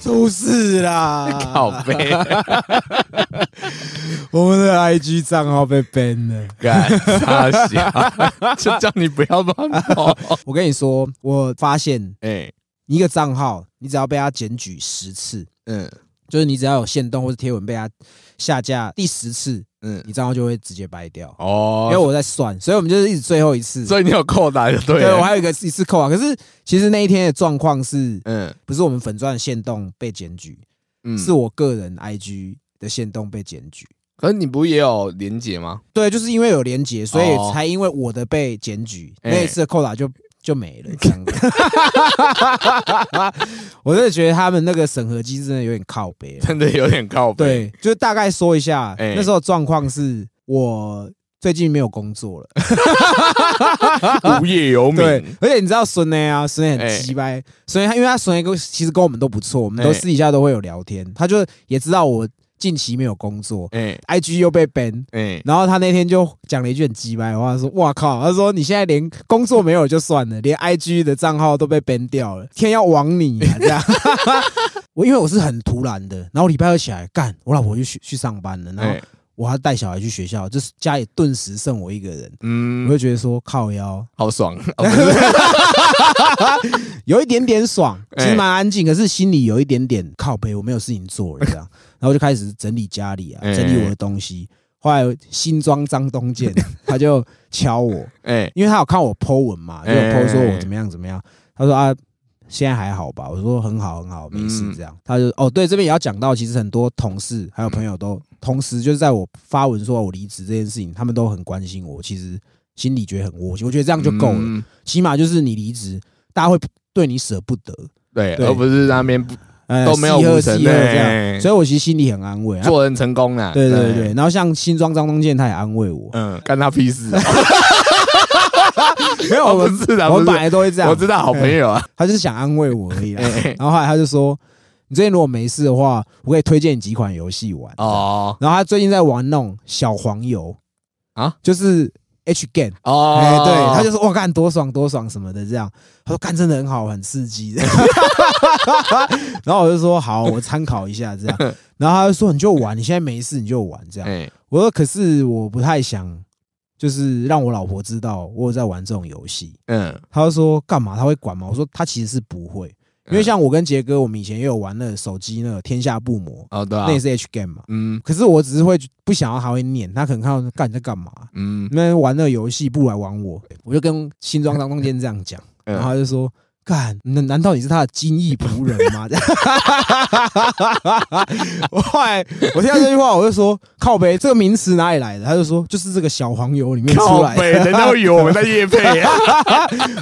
出事 啦！靠 背，我们的 IG 账号被 ban 了。干他 小，就叫你不要乱跑。我跟你说，我发现 哎，一个账号，你只要被他检举十次，嗯就是你只要有限动或者贴文被他下架第十次，嗯，你账号就会直接掰掉。因为哦，我在算，所以我们就是一直最后一次。所以你有扣打就对对，我了。还有一个一次扣啊。可是其实那一天的状况是，嗯不是我们粉钻的限动被检举，嗯，是我个人 IG 的限动被检举。可是你不也有连结吗？ 对，就是因为有连结，所哦以才因为我的被检举，哎那一次的扣打就就没了。这样子 我真的觉得他们那个审核机制真的有点靠北。真的有点靠背。对，就大概说一下，哎那时候状况是我最近没有工作嗯了， 无业游民。对，而且你知道孙呢啊，孙也很哎鸡掰，所以他因为他孙跟其实跟我们都不错，我们都哎私底下都会有聊天，他就也知道我近期没有工作哎，IG 又被 ban，哎然后他那天就讲了一句很鸡掰的话，说：“哇靠！”他说：“你现在连工作没有就算了，连 IG 的账号都被 ban 掉了，天要亡你啊！”这样， 我因为我是很突然的，然后礼拜二起来干，我老婆就去去上班了，然后哎，我还要带小孩去学校，就是家里顿时剩我一个人，我嗯，就觉得说靠腰，好爽。哦不是有一点点爽，其实哎蛮安静，可是心里有一点点靠背，我没有事情做 了这样，然后就开始整理家里啊，哎整理我的东西。后来新装张东健，他就敲我。哎因为他有看我 Po 文嘛，就有哎 Po 说我怎么样怎么样。他说啊，现在还好吧？我说很好很好，没事嗯这样。他就哦，对，这边也要讲到，其实很多同事还有朋友嗯都同时就是在我发文说我离职这件事情，他们都很关心我，其实心里觉得很窝心。我觉得这样就够了，嗯起码就是你离职，大家会对你舍不得，对，对而不是那边不呃都没有稀喝五稀喝成这样。哎所以我其实心里很安慰。啊做哎人成功了。对对对，，然后像新庄张东健他也安慰 我，嗯，干他屁事啊。哦没 有，我不们是的，我们不是本来都会这样我，知道好朋友啊，他就是想安慰我而已啦。 哎然后后来他就说：“你最近如果没事的话，我可以推荐你几款游戏玩。”哦，哦然后他最近在玩那种小黄游啊，就是 H game，哦，哎，对，他就说：“哇，干多爽多爽什么的。”这样，他说：“干真的很好，很刺 激。”然后我就说：“好，我参考一下。” 这样，然后他就说：“你就玩，你现在没事你就玩。”这样，哎我说：“可是我不太想，就是让我老婆知道我有在玩这种游戏。”嗯他就说干嘛？他会管吗？我说他其实是不会，嗯因为像我跟杰哥，我们以前也有玩那个手机那个天下不磨，哦对啊那，也是 H game 嘛。嗯可是我只是会不想要他会念，他可能看到干你在干嘛？嗯那边玩那个游戏不来玩我，我就跟新庄张东健这样讲，然后嗯，他就说。干，难难道你是他的金翼仆人吗？ 我后来我听到这句话，我就说靠北这个名词哪里来的？他就说就是这个小黄油里面出靠来的。 北，人家会以为我们在夜配啊，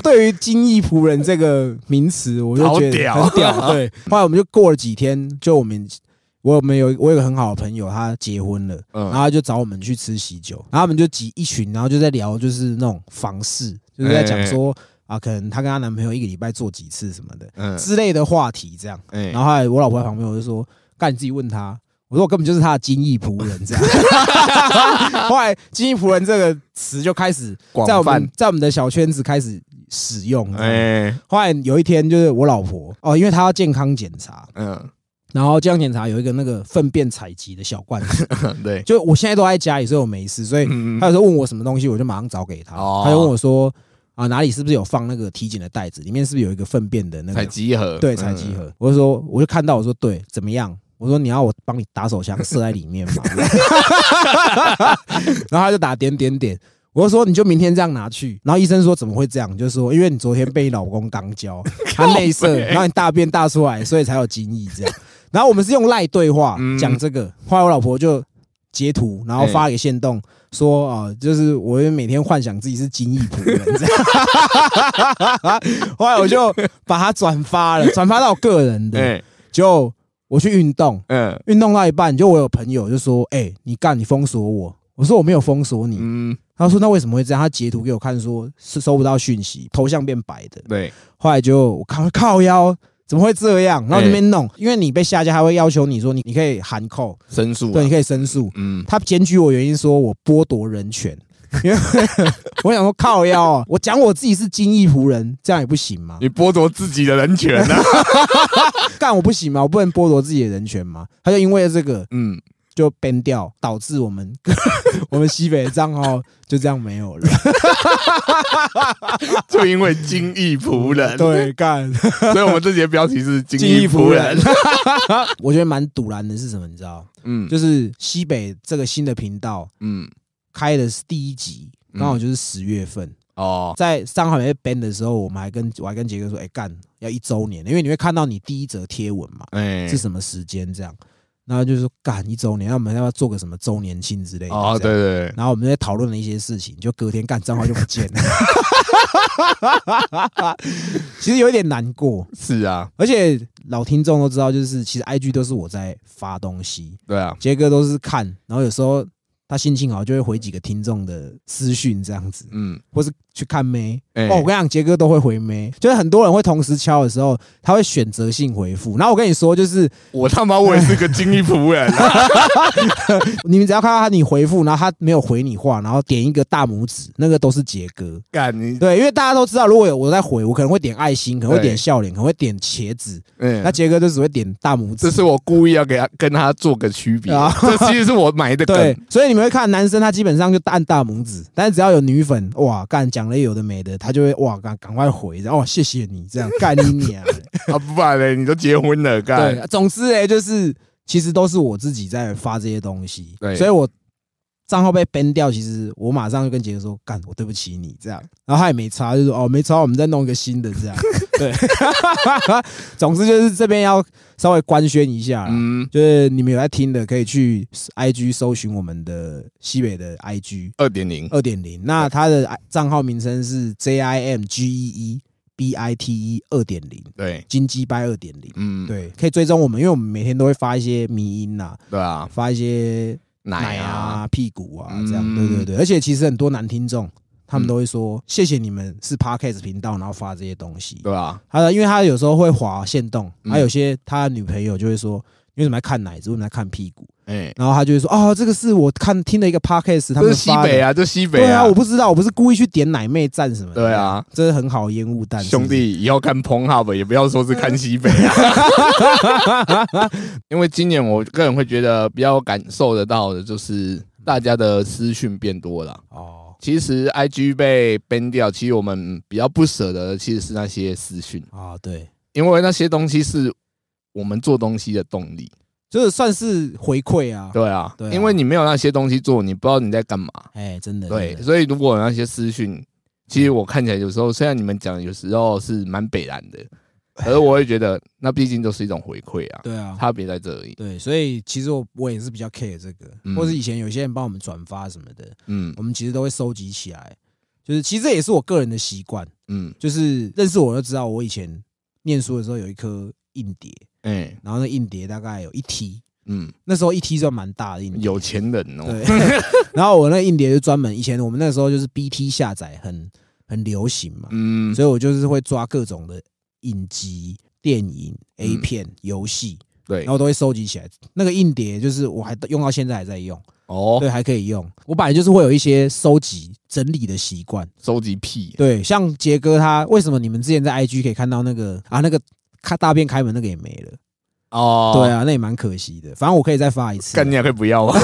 对于“精益仆人”这个名词，我就觉得好屌很屌。 对，后来我们就过了几天，就我们我们有我有一个很好的朋友，他结婚了，然后嗯他就找我们去吃喜酒，然后我们就挤一群，然后就在聊就是那种房事，就是在讲说啊，可能她跟她男朋友一个礼拜做几次什么的 哎嗯之类的话题，这样。哎然后后来我老婆在旁边，我就说：“干，你自己问他。”我说：“我根本就是他的精益仆人。” 这样。 后来“精益仆人”这个词就开始在我们广泛在我们的小圈子开始使用。哎，哎后来有一天就是我老婆哦，因为她要健康检查，嗯 然后健康检查有一个那个粪便采集的小罐 子，对，就我现在都在家里，所以我没事，所以嗯她有时候问我什么东西，我就马上找给她。哦她就问我说啊，哪里是不是有放那个体检的袋子？里面是不是有一个粪便的那采个集合，嗯对，采集盒。我就说，我就看到，我说对，怎么样？我说你要我帮你打手枪射在里面 嘛？然后他就打点点点。我就说你就明天这样拿去。然后医生说怎么会这样？就说因为你昨天被你老公肛 交，他内射，然后你大便大出来，所以才有精液这样。然后我们是用赖对话嗯讲这个，后来我老婆就截图，然后发给线动说啊、呃就是我每天幻想自己是精益仆人这 样。后来我就把它转发了，转发到我个人嗯，的，哎就我去运动，嗯运动到一半，就我有朋友就说：“哎、你干，你封锁我。”我说：“我没有封锁你。嗯他说：“那为什么会这样？”他截图给我看说，是收不到讯息，头像变白的。对，后来就我靠靠腰，怎么会这样？然后那边弄，因为你被下架，他会要求你说你你可以函扣，申诉啊，对，你可以申诉。嗯他检举我原因说我剥夺人权， 因为我想说靠腰哦，我讲我自己是金义仆人，这样也不行吗？你剥夺自己的人权啊！干我不行吗？我不能剥夺自己的人权吗？他就因为这个 嗯， 就 ban 掉，导致我们我们西北的账号就这样没有了。就因为精益仆人，对，干所以我们这节标题是精金义益仆仆人人。， 我觉得蛮堵然的是什么？你知道，嗯就是西北这个新的频道嗯，开的是第一集，嗯刚好就是十月份。哦，在上海被 ban 的时候，我们还跟我还跟杰哥说，哎、干要一周年，因为你会看到你第一则贴文嘛，哎是，什么时间这样，然后就说干一周年，那我们要不要做个什么周年庆之类的？哦，这对样。对对，然后我们在讨论了一些事情，就隔天干账号就不见了， 其实有一点难过。是啊，而且老听众都知道，就是其实 IG 都是我在发东西，对啊，杰哥都是看，然后有时候他心情好就会回几个听众的私讯这样子，嗯，或是去看妹。哎哦，我跟你讲，杰哥都会回妹，就是很多人会同时敲的时候，他会选择性回复。然后我跟你说，就是我他妈我也是个精益仆人啊， 你们只要看到他你回复，然后他没有回你话，然后点一个大拇指，那个都是杰哥。干你，对，因为大家都知道，如果有我在回，我可能会点爱心，可能会点对笑脸，可能会点茄子，嗯那，杰哥就只会点大拇指这。是我故意要给他跟他做个区别啊，这其实是我埋的对梗，，所以你们会看男生，他基本上就按大拇指，但是只要有女粉，哇，干讲了有的没的，他就会哇，赶赶快回，然后哦谢谢你，这样干你娘。啊，不然嘞，你都结婚了，干对，，总之哎、就是其实都是我自己在发这些东西，对所以我账号被 ban 掉，其实我马上就跟杰哥说，干，我对不起你这样，然后他也没差，就说哦没差，我们再弄一个新的这样，对， 总之就是这边要稍微官宣一下啦，嗯，就是你们有在听的，可以去 IG 搜寻我们的西北的 IG 二点零，二点零。那他的账号名称是 JIMGEE BITE E 二点零，对，金鸡掰二点零。嗯，对，可以追踪我们，因为我们每天都会发一些迷音呐、对啊，发一些奶奶啊，啊、屁股啊嗯这样。对对对，而且其实很多男听众。他们都会说谢谢你们是 podcast 频道，然后发这些东西。对啊，他的，因为他有时候会滑线动，嗯还有些他的女朋友就会说：“你为什么在看奶子？为什么在看屁股哎？”，然后他就会说：“哦，这个是我看听的一个 podcast，他这们是西发的北。啊，这西北对啊，我不知道，我不是故意去点奶妹站什么的。对啊，这是很好的烟雾弹，兄是弟，以后看 p o n h u b 也不要说是看西北啊， 因为今年我个人会觉得比较感受得到的就是大家的私讯变多了。不是哦其实 IG 被 ban 掉，其实我们比较不舍得的其实是那些私讯，啊，对，因为那些东西是我们做东西的动力。就是算是回馈啊。对啊，对啊因为你没有那些东西做，你不知道你在干嘛。哎，真的，对，真的所以如果有那些私讯，其实嗯我看起来有时候虽然你们讲有时候是蛮北然 的，可是我会觉得那毕竟就是一种回馈啊，对啊，差别在这里。对，所以其实我我也是比较 care 这个，嗯或是以前有些人帮我们转发什么的，嗯我们其实都会收集起来。就是其实这也是我个人的习惯，嗯，就是认识我就知道，我以前念书的时候有一颗硬碟，哎然后那硬碟大概有一 T，嗯，那时候一 T 算蛮大的硬碟。有钱人哦，嗯对， 然后我那硬碟就专门以前我们那时候就是 BT 下载很很流行嘛，嗯所以我就是会抓各种的影集、电影、A 嗯片、游戏，对然后都会收集起来。那个硬碟就是我还用到现在还在用，哦，对，还可以用。我本来就是会有一些收集整理的习惯，收集屁，对，像杰哥他为什么你们之前在 IG 可以看到那个啊那个开大便开门那个也没了，哦，对，啊，那也蛮可惜的。反正我可以再发一次。干你还可以不要啊，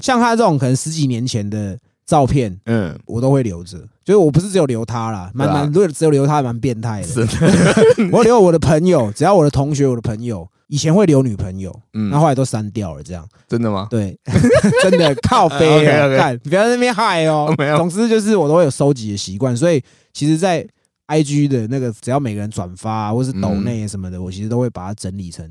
像他这种可能十几年前的照片， 嗯，我都会留着。就是我不是只有留他啦，蛮对啊蛮如果只有留他蛮变态的。真的， 我留我的朋友，只要我的同学、我的朋友，以前会留女朋友，嗯那，后来都删掉了，这样真的吗？对， 真的靠飞呃哦， ，OK，OK 干你不要在那边嗨哦哦。没有总之就是我都会有收集的习惯，所以其实，在 I G 的那个只要每个人转发、啊或是嗯抖内什么的，我其实都会把它整理成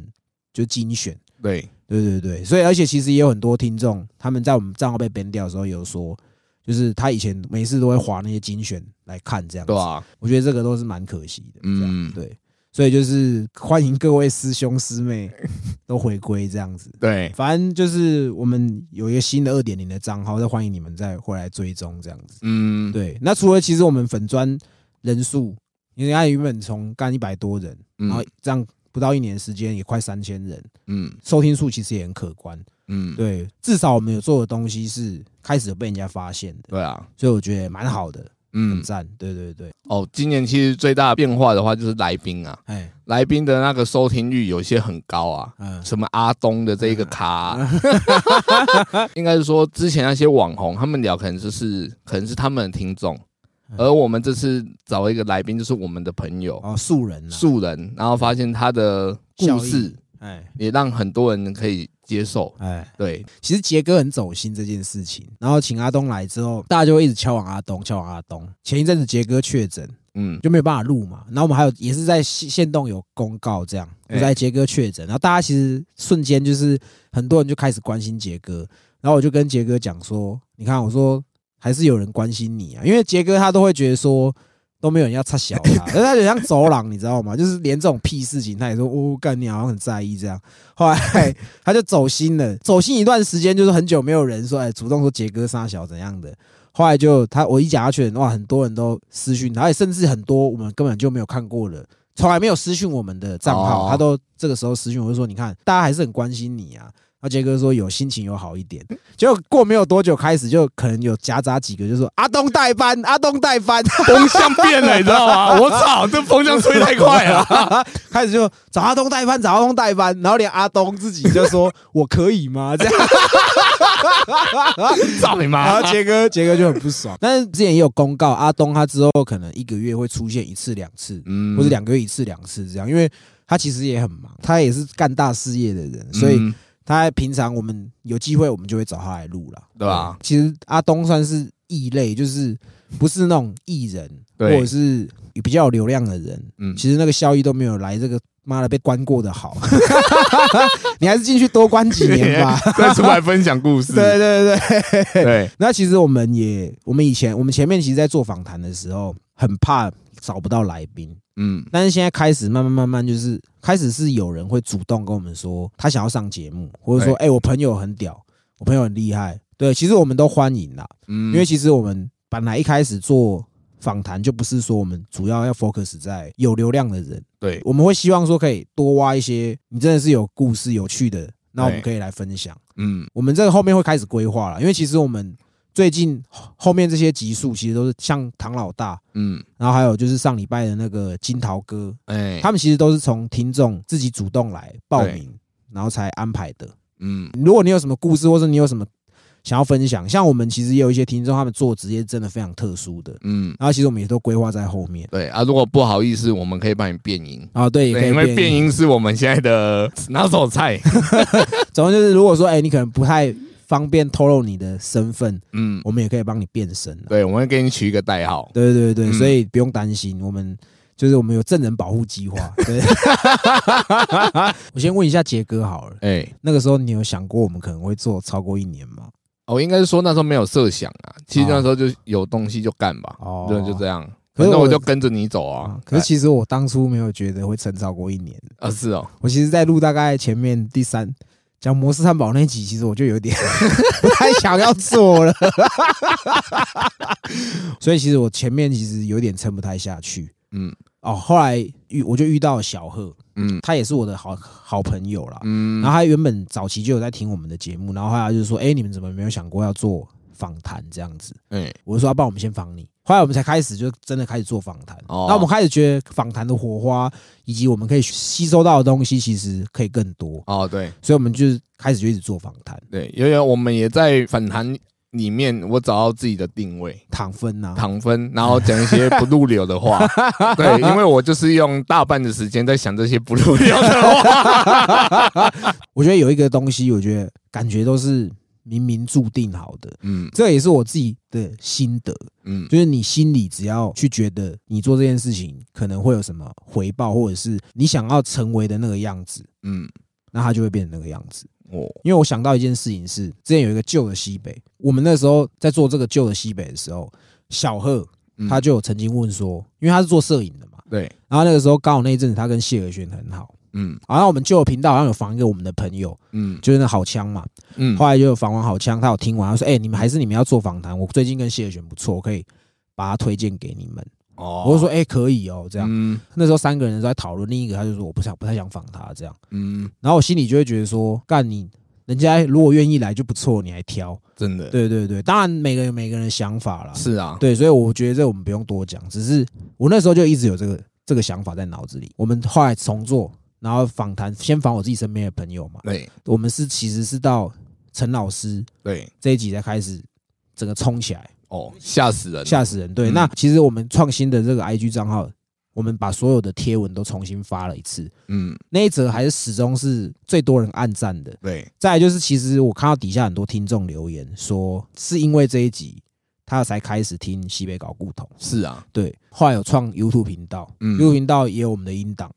就精选。对，对对对，所以而且其实也有很多听众，他们在我们账号被 ban 掉的时候，有说就是他以前每次都会划那些精选来看这样子。对啊，我觉得这个都是蛮可惜的。嗯嗯，对，所以就是欢迎各位师兄师妹 都回归这样子。对，反正就是我们有一个新的二点零的账号，再欢迎你们再回来追踪这样子。嗯，对，那除了其实我们粉砖人数，因为它原本从干一百多人，然后嗯这样不到一年的时间也快三千人，嗯收听数其实也很可观。嗯，对，至少我们有做的东西是开始有被人家发现的，对啊，所以我觉得蛮好的，很嗯，赞。对对对，哦，今年其实最大的变化的话就是来宾啊，哎，来宾的那个收听率有些很高啊，嗯，什么阿东的这一个咖 啊、应该是说之前那些网红他们聊，可能就是可能是他们的听众，而我们这次找一个来宾就是我们的朋友哦，素人啊，素人，然后发现他的故效事益哎也让很多人可以接受。哎，对，其实杰哥很走心这件事情，然后请阿东来之后，大家就会一直敲往阿东，敲往阿东。前一阵子杰哥确诊，嗯，就没有办法录嘛。然后我们还有也是在线线动有公告这样，哎就在杰哥确诊，然后大家其实瞬间就是很多人就开始关心杰哥，然后我就跟杰哥讲说，你看我说还是有人关心你啊，因为杰哥他都会觉得说。都没有人要插小他，而他就像走廊，你知道吗？就是连这种屁事情，他也说哦，干你好像很在意这样。后来他就走心了，走心一段时间，就是很久没有人说，哎，主动说杰哥杀小怎样的。后来就他我一讲下去，哇，很多人都私讯他，而且甚至很多我们根本就没有看过的，从来没有私讯我们的账号，哦他都这个时候私讯我就说，你看大家还是很关心你啊。然后杰哥说有心情有好一点，结果过没有多久开始就可能有夹杂几个就说阿东代班，阿东代班， 风向变了，你知道吗？我操，这风向吹太快了。 开始就找阿东代班，找阿东代班，然后连阿东自己就说我可以吗？这样。操你然妈！后杰哥，杰哥就很不爽。但是之前也有公告，阿东他之后可能一个月会出现一次两次，嗯或者两个月一次两次这样，因为他其实也很忙，他也是干大事业的人，所以嗯他平常我们有机会我们就会找他来录啦，对吧其实阿东算是异类，就是不是那种艺人或对者是比较有流量的人，嗯其实那个效益都没有来这个妈的被关过的 好，你还是进去多关几年 吧。 再出来分享故事。对对对。对，那其实我们也，我们以前，我们前面其实，在做访谈的时候，很怕找不到来宾，嗯，但是现在开始慢慢慢慢，就是开始是有人会主动跟我们说，他想要上节目，或者说，哎、我朋友很屌，我朋友很厉害，对，其实我们都欢迎啦，因因为其实我们本来一开始做访谈，就不是说我们主要要 focus 在有流量的人，对我们会希望说可以多挖一些你真的是有故事、有趣的，那我们对可以来分享。嗯我们这个后面会开始规划了，因为其实我们最近后后面这些集数其实都是像唐老大，嗯，然后还有就是上礼拜的那个金桃哥，哎，他们其实都是从听众自己主动来报名，然后才安排的。嗯如果你有什么故事，或者你有什么想要分享，像我们其实也有一些听众，他们做职业真的非常特殊的，嗯，然后其实我们也都规划在后面对啊，如果不好意思，我们可以帮你变音。啊。对，也可对，以因为变音。音是我们现在的拿手菜。总之就是，如果说哎、你可能不太方便透露你的身份，嗯，我们也可以帮你变身啊。对，我们会给你取一个代号。对对对，嗯所以不用担心，我们就是我们有证人保护计 划。对， 我先问一下杰哥好了，哎，那个时候你有想过我们可能会做超过一年吗？我哦应该是说那时候没有设想啊，其实那时候就有东西就干吧，哦对，就这样。可反是正我我就跟着你走啊啊，。可是其实我当初没有觉得会撑超过一年，啊是哦，我其实，在录大概前面第三。讲摩斯汉堡那集，其实我就 有点不太想要做了，所以其实我前面其实有点撑不太下去嗯哦。后来遇我就遇到了小贺，嗯他也是我的好好朋友啦，嗯，然后他原本早期就有在听我们的节目，然后后来他就说：“哎、你们怎么没有想过要做访谈这样子哎？”我就说：“要啊不然我们先访你。”后来我们才开始就真的开始做访谈。哦那我们开始觉得访谈的火花以及我们可以吸收到的东西，其实可以更多，哦对所以我们就是开始就一直做访谈，对，因为我们也在反弹里面，我找到自己的定位。糖分 啊呐、糖分，然后讲一些不入流 的话。对，因为我就是用大半的时间在想这些不入流的 话。我觉得有一个东西，我觉得感觉都是冥冥注定好的，嗯这也是我自己的心得。嗯，就是你心里只要去觉得你做这件事情可能会有什么回报，或者是你想要成为的那个样子，嗯，哦那它就会变成那个样子。我因为我想到一件事情是，之前有一个旧的西北，我们那时候在做这个旧的西北的时候，小贺嗯他就有曾经问说，因为他是做摄影的嘛，对，然后那个时候刚好那一阵子他跟谢和弦很好，嗯好像我们旧的频道好像有访一个我们的朋友，嗯就是那好枪嘛，嗯，后来就有访完好枪，他有听完，他说：“哎、你们还是你们要做访谈，我最近跟谢和弦不错，我可以把他推荐给你们。”哦我就说，哎、可以哦，这样。嗯那时候三个人都在讨论，另一个他就说我不想不太想访他这样，嗯然后我心里就会觉得说，干你人家如果愿意来就不错，你还挑。真的，对对对，当然每个人有每个人的想法啦。是啊，对，所以我觉得这我们不用多讲，只是我那时候就一直有这个这个想法在脑子里。我们后来重做，然后访谈，先访我自己身边的朋友嘛。对我们是其实是到陈老师对，这一集才开始整个冲起来，哦，吓死人了，吓死人。对，嗯那其实我们创新的这个 IG 账号，我们把所有的贴文都重新发了一次，嗯，那一则还是始终是最多人按赞的。对，再来就是，其实我看到底下很多听众留言说，是因为这一集他才开始听西北搞故同。是啊，对，后来有创 YouTube 频道、y o u 嗯 t u b e 频道也有我们的音档，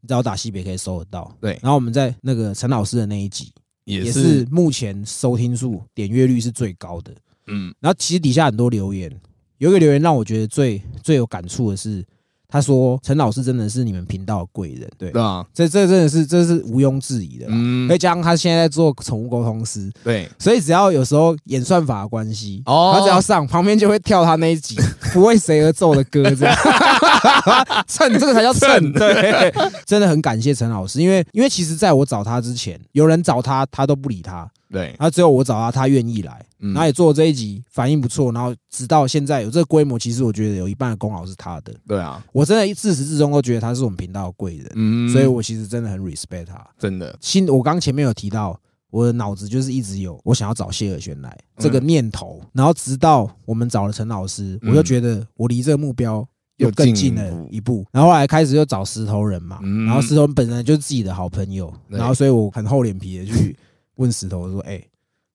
你只要打西北可以搜得到。对然后我们在那个陈老师的那一集，也也是是，目前收听数、点阅率是最高的。嗯，然后其实底下很多留言，有一个留言让我觉得最最有感触的是，他说陈老师真的是你们频道的贵人，对，对啊，这这真的是这是毋庸置疑的啦。嗯再，加上他现在在做宠物沟通师，对，所以只要有时候演算法的关系，哦他只要上旁边就会跳他那一集不为谁而奏的歌，这样 蹭这个才叫蹭。蹭对，真的很感谢陈老师，因为因为其实在我找他之前，有人找他他都不理他，对，他只有我找他他愿意来，嗯啊然后也做这一集反应不错，然后直到现在有这个规模，其实我觉得有一半的功劳是他的，对啊，我真的自始至终都觉得他是我们频道的贵人，嗯，所以我其实真的很 respect 他。真的，心，我刚前面有提到，我的脑子就是一直有我想要找谢尔轩来这个念头，然后直到我们找了陈老师，嗯我就觉得我离这个目标又又更近进一了步一步。然后后来开始又找石头人嘛，嗯然后石头人本来就是自己的好朋友，对然后所以我很厚脸皮的去问石头说：“哎、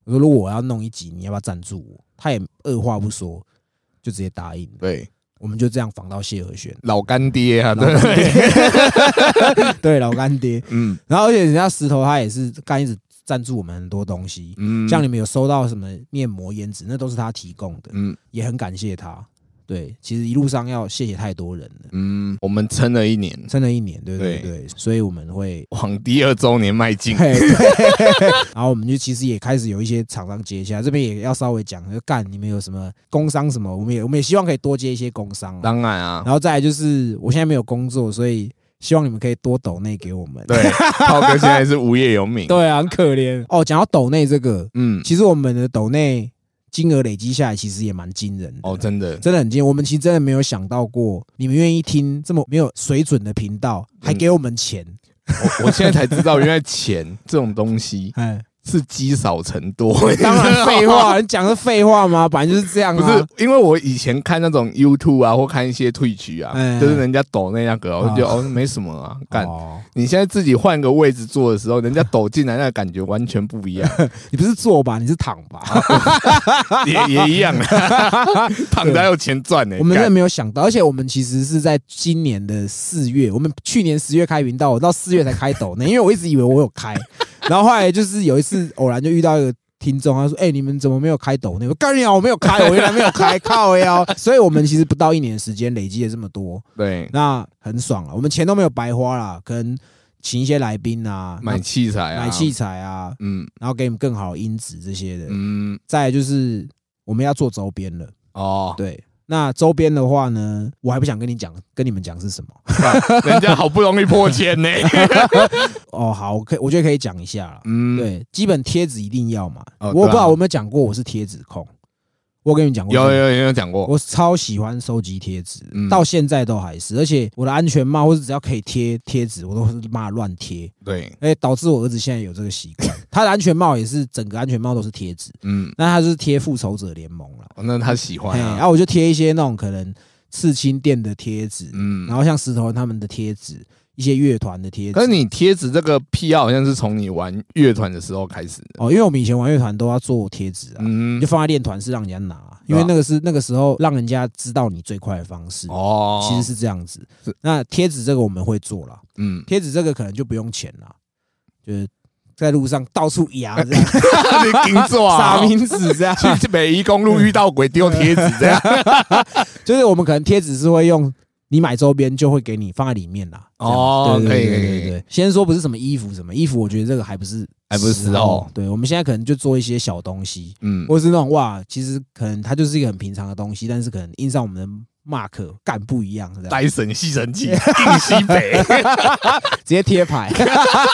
我说如果我要弄一集，你要不要赞助我？”他也二话不说。就直接答应了，对，我们就这样防到谢和弦，老干爹啊，老干对，对老干爹。嗯然后而且人家石头他也是干一直赞助我们很多东西，嗯，像你们有收到什么面膜、胭脂，那都是他提供的，嗯也很感谢他。对，其实一路上要谢谢太多人了，嗯，我们撑了一年，撑了一年，对对对。对，所以我们会 往第二周年迈进，嘿对，然后我们就其实也开始有一些厂商接下来，这边也要稍微讲，就干你们有什么工商什么，我们也我们也希望可以多接一些工商啊。当然啊，然后再来就是我现在没有工作，所以希望你们可以多抖内给我们。对，涛哥现在是无业游民，对啊，很可怜哦。讲到抖内这个，嗯，其实我们的抖内金额累积下来，其实也蛮惊人的哦，真的，真的很惊。我们其实真的没有想到过，你们愿意听这么没有水准的频道，还给我们钱，我我现在才知道，原来钱这种东西哎、是积少成多。当然废 话，你讲的废话吗？本来就是这样、 不啊，是，因为我以前看那种 YouTube 啊，或看一些退局啊哎，就是人家抖那样个，我就觉得啊哦没什么啊，干。哦，你现在自己换个位置坐的时候，人家抖进来那个感觉完全不一 样，你不是坐吧，你是躺 吧。也也一样，啊 躺着还有钱赚呢。我们真的哎干没有想到，而且我们其实是在今年的四月，我们去年十月开频道，我到四月才开抖内，因为我一直以为我有 开，然后后来就是有一次偶然就遇到一个。听众他说：“哎、你们怎么没有开抖内？我干你啊！我没有开，我原来没有开，靠呀！所以我们其实不到一年的时间累积了这么多，对那很爽了，我们钱都没有白花啦，可能请一些来宾啊，买器材啊，买器，材啊，嗯然后给你们更好的音质这些的。嗯再来就是我们要做周边了， 哦，对。那周边的话呢，我还不想跟你讲，跟你们讲是什么干人家好不容易破千呢。哦。好，我可以我觉得可以讲一下啦。嗯，对，基本贴纸一定要嘛。哦我不知对道啊我有没有讲过，我是贴纸控。我跟你们讲过，有有有有讲过，我超喜欢收集贴纸，嗯到现在都还是。而且我的安全帽或是只要可以贴贴纸，我都是骂乱贴。对，哎，导致我儿子现在有这个习惯。他的安全帽也是整个安全帽都是贴纸，嗯，那他就是贴复仇者联盟了。哦那他喜哎，欢啊然，后我就贴一些那种可能刺青店的贴纸，嗯然后像石头人他们的贴纸，一些乐团的贴可是纸。你贴纸这个癖好好像是从你玩乐团的时候开始的，哦，因为我们以前玩乐团都要做贴纸啊，嗯就，放在练团是让人家拿，因对啊为那个是那个时候让人家知道你最快的方式。哦，其实是这样子是。那贴纸这个我们会做啦， 嗯，贴纸这个可能就不用钱啦，就是在路上到处 压这样，你盯 住啊，撒名纸这样。去北宜公路遇到鬼丢贴纸 这样，就是我们可能贴纸是会用你买周边就会给你放在里面啦。这样哦对对可以对可以对对对。先说不是什么衣服什么衣服，我觉得这个还不是还不是哦时候。对，我们现在可能就做一些小东西，嗯，或是那种哇，其实可能它就是一个很平常的东西，但是可能印上我们的 Mark 干不一样，这样呆神吸 尘器，定西北，直接贴牌，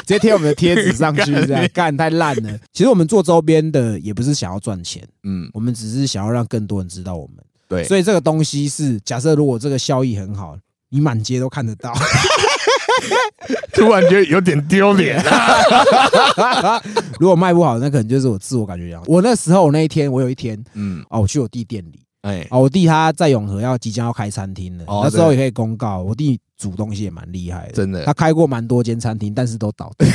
直接贴我们的贴纸上去，这样干太烂了。其实我们做周边的也不是想要赚钱，嗯，我们只是想要让更多人知道我们。对，所以这个东西是假设，如果这个效益很好，你满街都看得到， 突然觉得有点丢脸啊，如果卖不好，那可能就是我自我感觉良好。我那时候，我那一天，我有一天嗯，啊，我去我弟店里哎，啊，我弟他在永和要即将要开餐厅了，哦那时候也可以公告，我弟煮东西也蛮厉害的，真的他开过蛮多间餐厅，但是都倒 掉，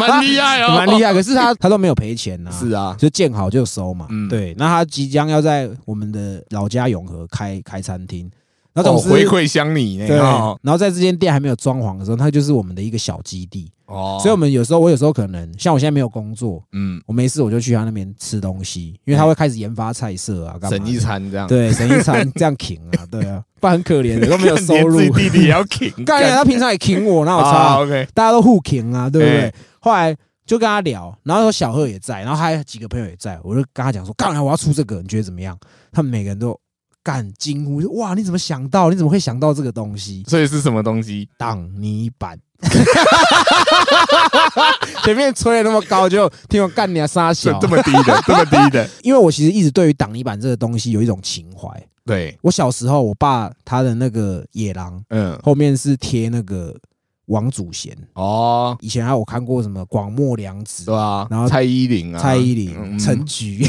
蛮厉害哦，蛮厉害。可是他他都没有赔钱呐、是啊，就见好就收嘛。嗯对，那他即将要在我们的老家永和开开餐厅，那哦总之、回馈乡里呢对，，哦然后在这间店还没有装潢的时候，它就是我们的一个小基地。哦，所以，我们有时候我有时候可能像我现在没有工作，嗯，我没事我就去他那边吃东西，因为他会开始研发菜色啊，干嘛的省一餐这样，对，省一餐这样挺 啊，对啊，不然很可怜的都没有收连入自己。弟弟也要请， 干呀，他平常也挺我，那我啊操， ，OK，大家都互挺啊，对不对哎？后来就跟他聊，然后说小贺也在，然后还有几个朋友也在，我就跟他讲说，干呀，我要出这个，你觉得怎么样？他们每个人都干惊呼，就哇，你怎么想到？你怎么会想到这个东西？所以是什么东西？挡泥板。 前面吹的那么高，就听我干你啊傻这小这。么低 的，这么低的，因为我其实一直对于挡泥板这个东西有一种情怀。对，我小时候，我爸他的那个野狼嗯，后面是贴那个王祖贤，哦，以前还有看过什么广末凉子对、啊，然后蔡依林啊，蔡依嗯林、嗯陈 菊，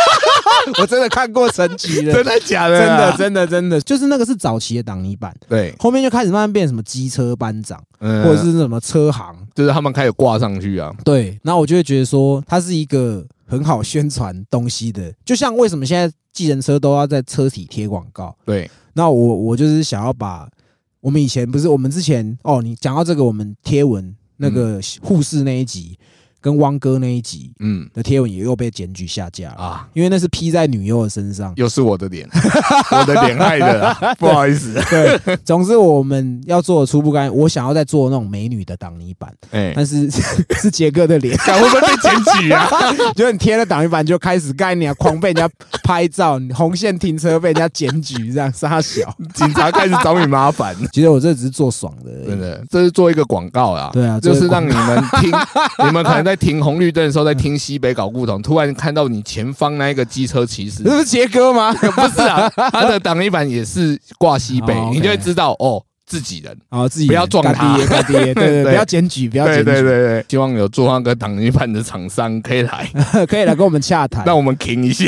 我真的看过陈菊的真，的假的真啊？的真的真的，就是那个是早期的挡泥板，对，后面就开始慢慢变什么机车班长，嗯，或者是什么车行，就是他们开始挂上去啊，对，那我就会觉得说，它是一个很好宣传东西的，就像为什么现在计程车都要在车体贴广告，对，那我我就是想要把我们以前不是我们之前哦，你讲到这个，我们贴文那个护士那一集跟汪哥那一集嗯的贴文也又被检举下架了。啊，，因为那是披在女优的身上又是我 的脸，我的脸害的啊，不好意思，对。总之，我们要做的初步干，我想要再做那种美女的挡泥板，哎，但是 是杰哥的脸，敢会不会被检举啊？ 就你贴了挡泥板就开始干你啊，狂被人家拍照，你红线停车被人家检举，这样傻小。警察开始找你麻烦，其实我这只是做爽的而已，真的，这是做一个广告啦。对啊就是做让一你们听， 你们可能在停红绿灯的时候，在听西北搞故同，突然看到你前方那一个机车骑士这， 不是杰哥吗？不是啊， 他的挡泥板也是挂西北哦，，OK 你就会知道哦，自己人。哦，自己不要撞干他爹，干爹，对对， 对不要检举，不要检对举，对对对，希望有做那个挡泥板的厂商可以来，可以 来跟我们洽谈。 让我 们停一下。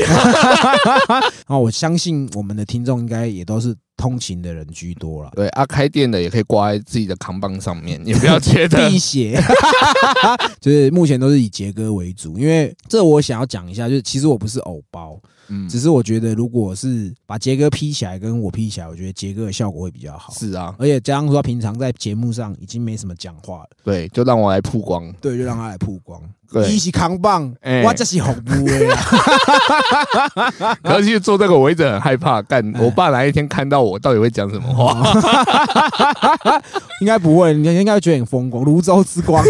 啊，我相信我们的听众应该也都是通勤的人居多了。对啊，开店的也可以挂在自己的扛棒上面，你不要觉 得辟 邪，就是目前都是以杰哥为主，因为这我想要讲一下，就是其实我不是偶包，嗯只是我觉得如果是把杰哥 P 起来跟我 P 起来，我觉得杰哥的效果会比较好。是啊，而且加上说他平常在节目上已经没什么讲话了，对，就让我来曝 光。对，就让他来曝光，对一起扛棒，哎哇，这是红布啊！然后其实做这个我一直很害怕，干哎我爸哪一天看到我到底会讲什么话？应该不会，你应该会觉得很风光，泸州之 光，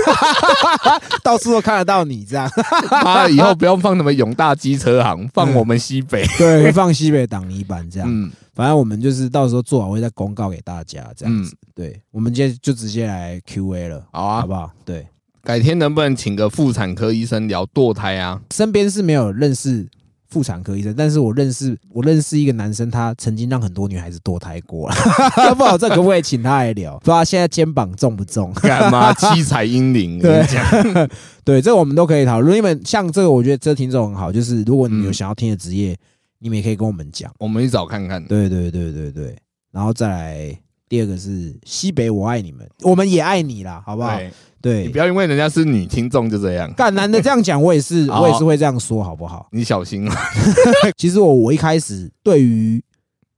到处都看得到你这样。 妈，以后不要放什么永大机车行，放我们西北。啊对，放西北挡泥板这样。嗯，反正我们就是到时候做好会再公告给大家这样子。嗯对，我们今天就直接来 Q&A 了，好啊好，不好？对，改天能不能请个妇产科医生聊堕胎啊？身边是没有认识妇产科医生，但是我认识我认识一个男生，他曾经让很多女孩子堕胎过 了，不好，这可不可以请他来聊？不知道他现在肩膀重不重？干 嘛七彩英灵？我跟你讲， 对，这个我们都可以讨论。因为像这个，我觉得这听众很好，就是如果你们有嗯想要听的职业，你们也可以跟我们讲。我们去找看看。对对对对对，然后再来第二个是西北，我爱你们，我们也爱你啦，好不好？对，你对不，要因为人家是女听众就这样，干男的这样讲，我也是，好我也是会这样说，好不好？你小心哦。其实我我一开始对于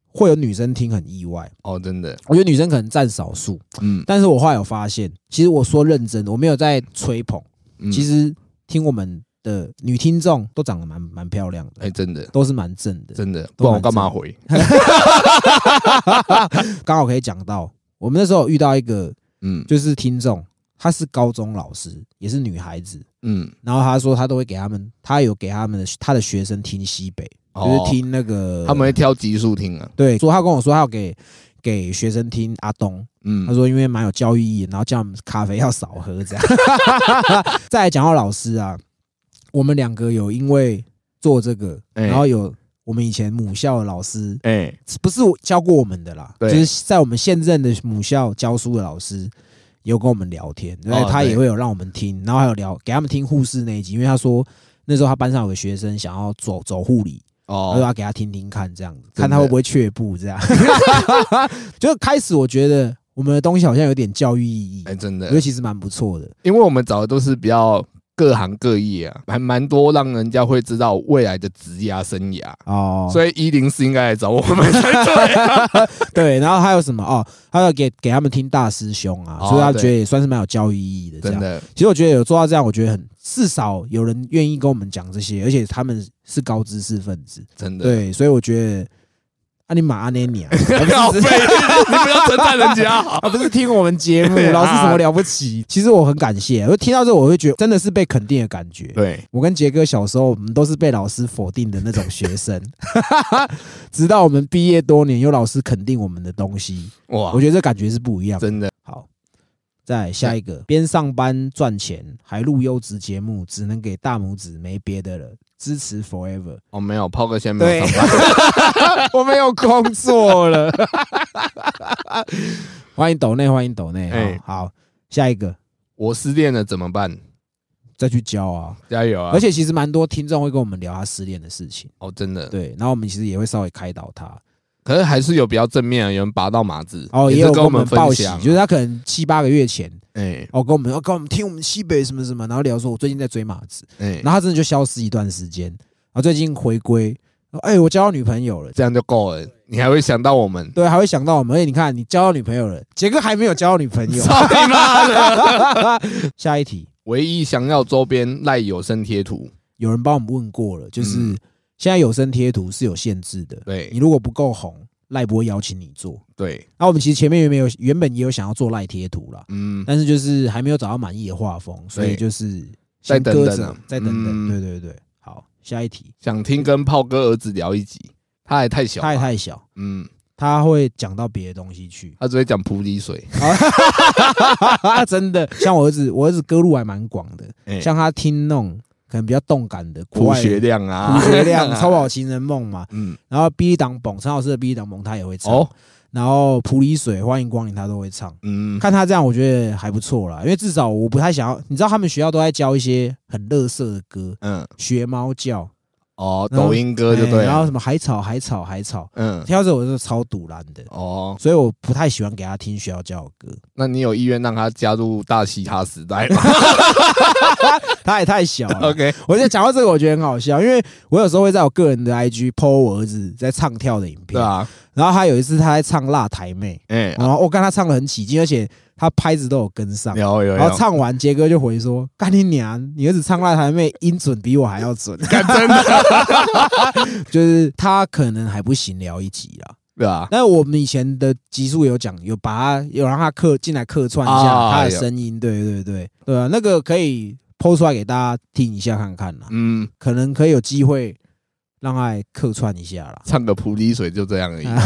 会有女生听很意外， 哦，真的，我觉得女生可能占少数，嗯，但是我后来有发现，其实我说认真的，我没有在吹捧，嗯其实听我们的女听众都长得蛮蛮漂亮的，哎，真的，都是蛮正的，真的，不然我干嘛回？刚好可以讲到，我们那时候有遇到一个嗯就是听众，她是高中老师，也是女孩子，嗯，然后她说她都会给他们，她有给他们的她的学生听西北，就是听那个哦他们会挑集数听啊，对，说他跟我说他要给给学生听阿东，他嗯，说因为蛮有教育意义，然后叫我们咖啡要少喝这样。 再来讲到老师啊，我们两个有因为做这个，哎然后有我们以前母校的老师，哎，不是我教过我们的啦，就对是在我们现任的母校教书的老师。有跟我们聊天，然后哦他对也会有让我们听，然后还有聊给他们听护士那一集，因为他说那时候他班上有个学生想要走走护理，我就哦，要给他听听看，这样子，的看他会不会却步， 这样。就开始我觉得我们的东西好像有点教育意义，哎，真我的觉，得其实蛮不错的。因为我们找的都是比较各行各业啊，还蛮多让人家会知道未来的职涯生涯，哦，所以一零四应该来找我们才对啊。对，然后还有什么哦？还有给给他们听大师兄啊，哦所以他对觉得也算是蛮有教育意义的。这 真样，的，其实我觉得有做到这样，我觉得很至少有人愿意跟我们讲这些，而且他们是高知识分子，真 的，对，所以我觉得啊，你马阿内 尼啊，不要背，你不要称赞人 家。啊，不是听我们节 目，对啊老师什么了不起？其实我很感谢，我听到这我会觉得真的是被肯定的感觉。对，我跟杰哥小时候，我们都是被老师否定的那种学生， 直到我们毕业多年，有老师肯定我们的东西，哇我，觉得这感觉是不一样的。真的，好，再来下一个，边上班赚钱还录优质节目，只能给大拇指，没别的了。支持 forever，我哦没有炮哥现在没有对上班， 我没有工作了。 欢迎抖内，欢迎抖内。哎好，好下一个。我失恋了怎么办？再去教啊。加油啊！而且其实蛮多听众会跟我们聊他失恋的事情，哦，真的，对，然后我们其实也会稍微开导他，可是还是有比较正面的，啊有人拔到马子，哦，也也有是跟跟我们们报分喜享，，啊就是他可能七八个月前，哎哦，跟我们哦，跟我们听我们西北什么什么，然后聊说我最近在追马子，哎然，后他真的就消失一段时间，然后最近回归，哦哎，我交到女朋友了。，这样就够了，你还会想到我们对，还会想到我们。而哎且你看，你交到女朋友了，杰哥还没有交到女朋友。操你妈的！ 下一题，唯一想要周边赖有声贴图，有人帮我们问过了，就是、嗯现在有声贴图是有限制的，对你如果不够红，赖不会邀请你做。对，那、我们其实前面原本有原本也有想要做赖贴图啦，嗯，但是就是还没有找到满意的画风，所以对就是再先等搁等着啊再等等。嗯对对对，好，下一题，想听跟炮哥儿子聊一集，他还太小吧，他也太小，嗯，。他会讲到别的东西去 他只会讲普洱水，真的，像我儿子，我儿子歌路还蛮广的，哎像他听那种可能比较动感的国朴外学亮啊，朴学亮《超跑情人梦》嘛，嗯，然后《B 档蹦》陈老师的《B 档蹦》他也会唱，哦，然后《普里水》《欢迎光临》他都会唱。嗯，看他这样，我觉得还不错啦，因为至少我不太想要，你知道他们学校都在教一些很乐色的歌，嗯，学猫叫，哦，然后抖音歌就哎对然后了，什么海草海草海草，嗯，挑着我是超堵拦的，哦，所以我不太喜欢给他听学校教的歌，那你有意愿让他加入大嘻哈时代 吗他也太小 了。 ？OK，我觉得讲到这个，我觉得很好笑，因为我有时候会在我个人的 IG PO 我儿子在唱跳的影对片，啊，然后他有一次他在唱《辣台妹哎》，，然后我看他唱的很起劲，而且他拍子都有跟上。有有哦然后有，唱完，杰哥就回说：“干你娘！你儿子唱《辣台妹》音准比我还要准， 干真的，就是他可能还不行聊一集啦。对啊，那我们以前的集数有讲，有把他有让他客进来客串一下啊他的声音，对对对对啊，那个可以剖出来给大家听一下看看啦，嗯，可能可以有机会让他来客串一下啦，唱个普洱水就这样而已，啊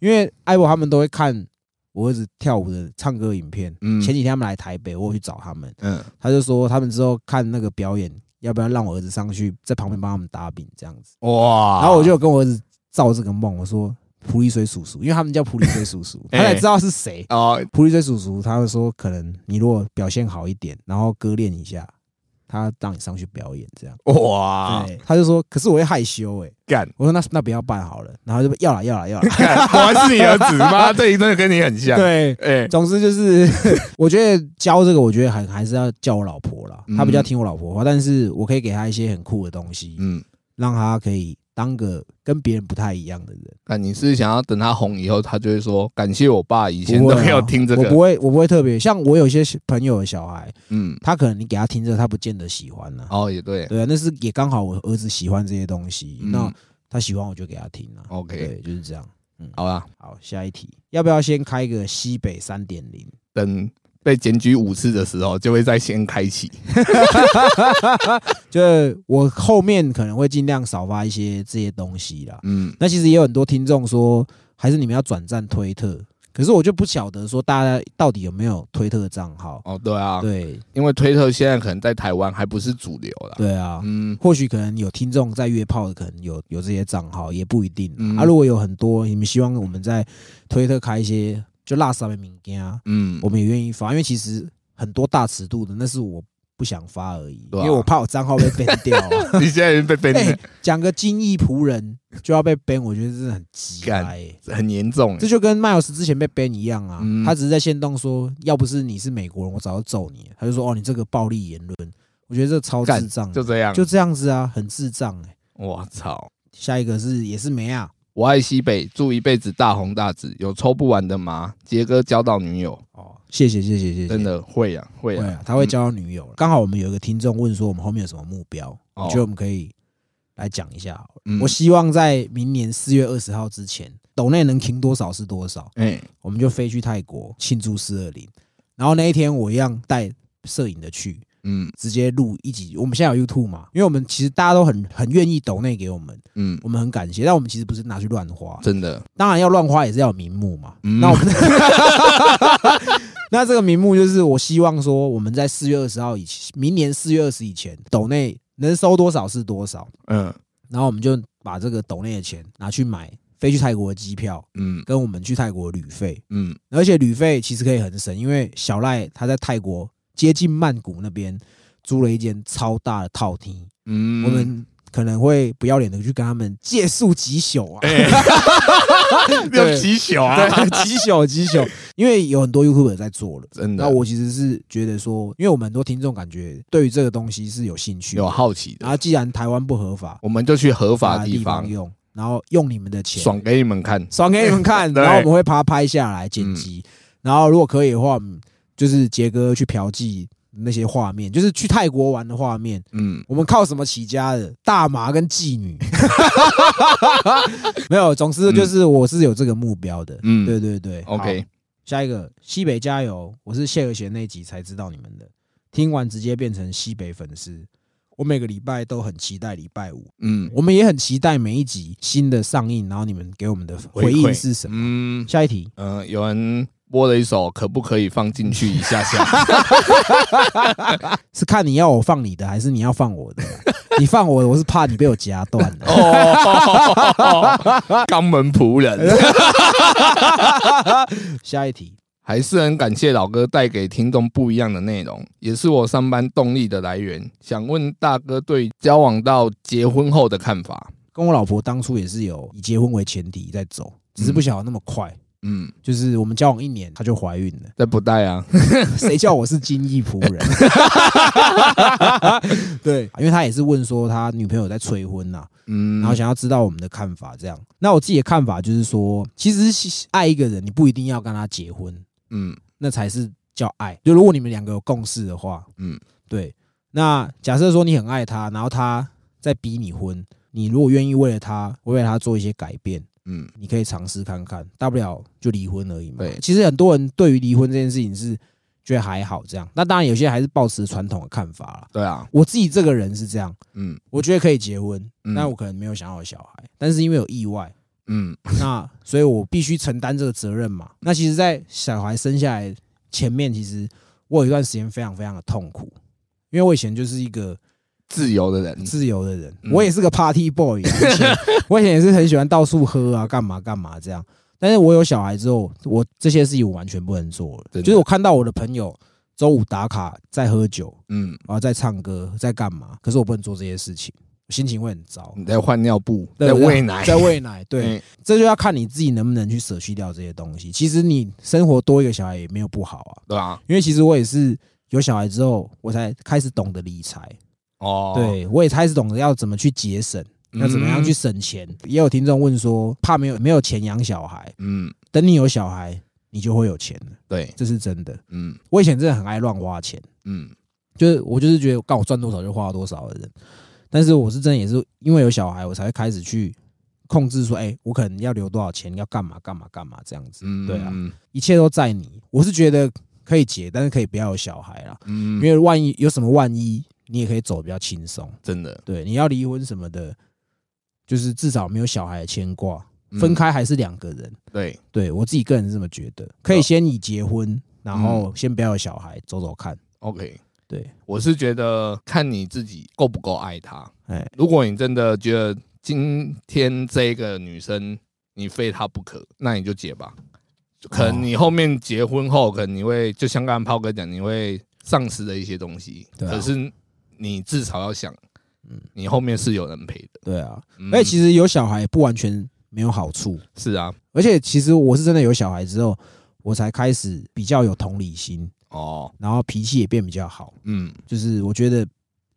因为艾博他们都会看我儿子跳舞的唱歌影片。嗯前几天他们来台北，我有去找他们，嗯，他就说他们之后看那个表演，要不要让我儿子上去在旁边帮他们打饼这样子。哇，然后我就有跟我儿子造这个梦，我说普利水叔叔，因为他们叫普利水叔 叔，他才哎知道是谁。哦，普利水叔叔他会说，可能你如果表现好一点，然后割练一下，他让你上去表演这样。哇，对，他就说，可是我会害羞哎、干，我说那那不要办好了，然后就要了要了 要了。干果然是你儿 子，妈，这一真的跟你很像，对，哎，总之就是， 我觉得教这个，我觉得还还是要叫我老婆啦，嗯她比较听我老婆的话，但是我可以给她一些很酷的东西，嗯，让她可以当个跟别人不太一样的人。那你是想要等他红以后，他就会说感谢我爸以前不都会啊没有听这我不个，会，我不会特别像我有些朋友的小孩，嗯，他可能你给他听这个，他不见得喜欢呢、哦，也对对啊，那是也刚好我儿子喜欢这些东西，嗯那他喜欢我就给他听啊。 ，OK，对，就是这样。好啦，好，下一题，要不要先开个西北三点零？等被检举五次的时候，就会再先开启。就是我后面可能会尽量少发一些这些东西啦。嗯，那其实也有很多听众说，还是你们要转战推特，可是我就不晓得说大家到底有没有推特账号。哦，对啊，对因为推特现在可能在台湾还不是主流啦。对啊，嗯，或许可能有听众在约炮的，可能有有这些账号，也不一定嗯啊。如果有很多，你们希望我们在推特开一些就辣上面名件啊，嗯我，们也愿意发，因为其实很多大尺度的，那是我不想发而已，对因啊为我怕我账号 被 ban 掉啊。你现在已经被 被哎，讲个精益仆人就要被 ban，我觉得真的很鸡干掰欸。很严重欸、这就跟麦尔斯之前被 ban 一样啊，嗯他只是在线动说，要不是你是美国人，我早就揍你了。他就说，哦，你这个暴力言论，我觉得这超智干障的，就这样。就这样子啊，很智障哎、我操！下一个是也是梅啊，我爱西北，住一辈子大红大紫，有抽不完的麻。杰哥交到女友，哦，谢谢谢谢谢谢，真的会啊，会对啊啊，，他会交到女友了。刚好我们有一个听众问说，我们后面有什么目标？哦我觉得我们可以来讲一下好了嗯我希望在明年四月二十号之前，斗内能停多少是多少。哎、我们就飞去泰国庆祝四二零。然后那一天我一样带摄影的去，嗯直接录一集。我们现在有 YouTube 嘛？因为我们其实大家都很很愿意抖内给我们，嗯，我们很感谢。但我们其实不是拿去乱花，真的，当然要乱花也是要有名目嘛。嗯那我们 那这个名目就是我希望说我们在四月二十号以前，明年四月二十以前，抖内能收多少是多少。嗯然后我们就把这个抖内的钱拿去买飞去泰国的机票，嗯跟我们去泰国的旅费。嗯而且旅费其实可以很省，因为小赖他在泰国接近曼谷那边租了一间超大的套厅，嗯，我们可能会不要脸的去跟他们借宿几宿啊，哎 要起小啊，对， 几宿几宿，因为有很多 YouTube 在做了。真的那，我其实是觉得说，因为我们很多听众感觉对于这个东西是有兴趣的，有好奇然的，后既然台湾不合法，我们就去合法的地方方用，然后用你们的钱，爽给你们看，爽给你们看， 对嗯然后我们会把它拍下来剪辑，然后如果可以的话，嗯就是杰哥去嫖妓那些画面，就是去泰国玩的画面。嗯我们靠什么起家的？大麻跟妓女， 没有。总之就是我是有这个目标的。嗯对对对。 ，OK，好下一个西北加油，我是谢和弦那一集才知道你们的，听完直接变成西北粉丝。我每个礼拜都很期待礼拜五，嗯我们也很期待每一集新的上映，然后你们给我们的回回应馈是什么？嗯下一题，嗯、呃有人播了一首，可不可以放进去一下 下？是看你要我放你的，还是你要放我的？啊 你放我的，我是怕你被我夹断啊的。哦，肛门仆人。 下一题，还是很感谢老哥带给听众不一样的内容，也是我上班动力的来源。想问大哥对交往到结婚后的看法？跟我老婆当初也是有以结婚为前提在走，只是不晓得那么快。嗯，就是我们交往一年，她就怀孕了。这不带啊，谁叫我是金翼仆人？ 对，因为他也是问说他女朋友在催婚呐、嗯，然后想要知道我们的看法。这样，那我自己的看法就是说，其实爱一个人，你不一定要跟他结婚，嗯那才是叫爱。就如果你们两个有共识的话，嗯，对。那假设说你很爱他，然后他在逼你婚，你如果愿意为了他，为了他做一些改变，嗯你可以尝试看看，大不了就离婚而已嘛。对其实很多人对于离婚这件事情是觉得还好这样，那当然有些还是抱持传统的看法啦。对啊，我自己这个人是这样，嗯我觉得可以结婚，嗯但我可能没有想要有小孩，但是因为有意外，嗯那所以我必须承担这个责任嘛。那其实，在小孩生下来前面，其实我有一段时间非常非常的痛苦，因为我以前就是一个自由的人，自由的人，嗯我也是个 party boy，啊以 前我以前也是很喜欢到处喝啊，干嘛干嘛这样。但是我有小孩之后，我这些事情我完全不能做了。真的就是我看到我的朋友周五打卡在喝酒，嗯，然后在唱歌，在干嘛，可是我不能做这些事情，心情会很糟。你在换尿布，对嗯在不对喂奶，在喂奶，对，嗯这就要看你自己能不能去舍去掉这些东西。其实你生活多一个小孩也没有不好啊，对啊，因为其实我也是有小孩之后，我才开始懂得理财，哦，，嗯对我也开始懂得要怎么去节省，要怎么样去，省钱。也有听众问说，怕没有没有钱养小孩，嗯，等你有小孩，你就会有钱了，对，这是真的。嗯我以前真的很爱乱花钱，嗯就是我就是觉得，干我赚多少就花多少的人。但是我是真的也是因为有小孩，我才会开始去控制说，哎、我可能要留多少钱，要干嘛干嘛干嘛这样子。嗯，对啊嗯，一切都在你。我是觉得可以结，但是可以不要有小孩啦，因嗯，为万一有什么万一，你也可以走得比较轻松。真的对，你要离婚什么的，就是至少没有小孩的牵挂，嗯分开还是两个人。对，对我自己个人是这么觉得，可以先以结婚，然后先不要有小孩，走走看。 OK，对，我是觉得看你自己够不够爱她。哎，如果你真的觉得今天这个女生你非她不可，那你就结吧。就可哦能你后面结婚后，可能你会就像刚才炮哥讲，你会丧失了一些东西。对啊可是你至少要想嗯，你后面是有人陪的。对啊，嗯而且其实有小孩也不完全没有好处，是啊，而且其实我是真的有小孩之后，我才开始比较有同理心，哦，然后脾气也变比较好，嗯就是我觉得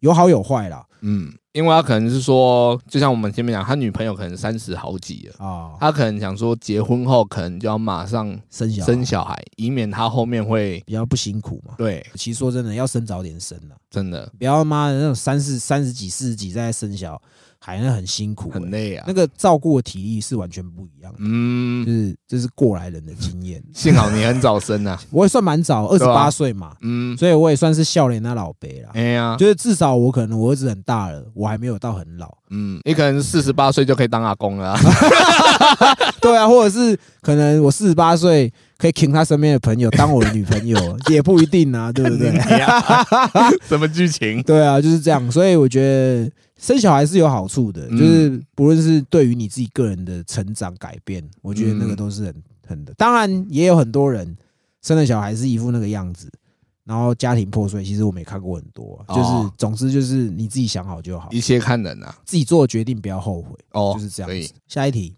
有好有坏啦嗯，因为他可能是说，就像我们前面讲，他女朋友可能三十好几了，啊，他可能想说结婚后可能就要马上生小孩生小孩，以免他后面会比较不辛苦嘛。对，其实说真的，要生早点生啊啦，真的不要妈的那种三四三十几、四十几再生小孩，那很辛苦、很欸，累啊那。个照顾的体力是完全不一样的。嗯就，是这是过来人的经验，幸好你很早生 啊。我也算蛮早，二十 对啊八岁嘛，嗯，所以我也算是笑脸那老辈啦。哎呀，就是至少我可能我儿子很大了，我还没有到很老。 嗯，你可能四十八岁就可以当阿公了啊。对啊，或者是可能我四十八岁可以请他身边的朋友当我的女朋 友，也不一定啊，对不对？哎什么剧情？对啊，就是这样。所以我觉得生小孩是有好处的，嗯就是不论是对于你自己个人的成长改变，我觉得那个嗯都是很很的。当然，也有很多人生了小孩是一副那个样子，然后家庭破碎。其实我们也看过很多啊，就是、哦总之就是你自己想好就好，一切看人啊。自己做的决定不要后悔，哦，就是这可样以子。下一题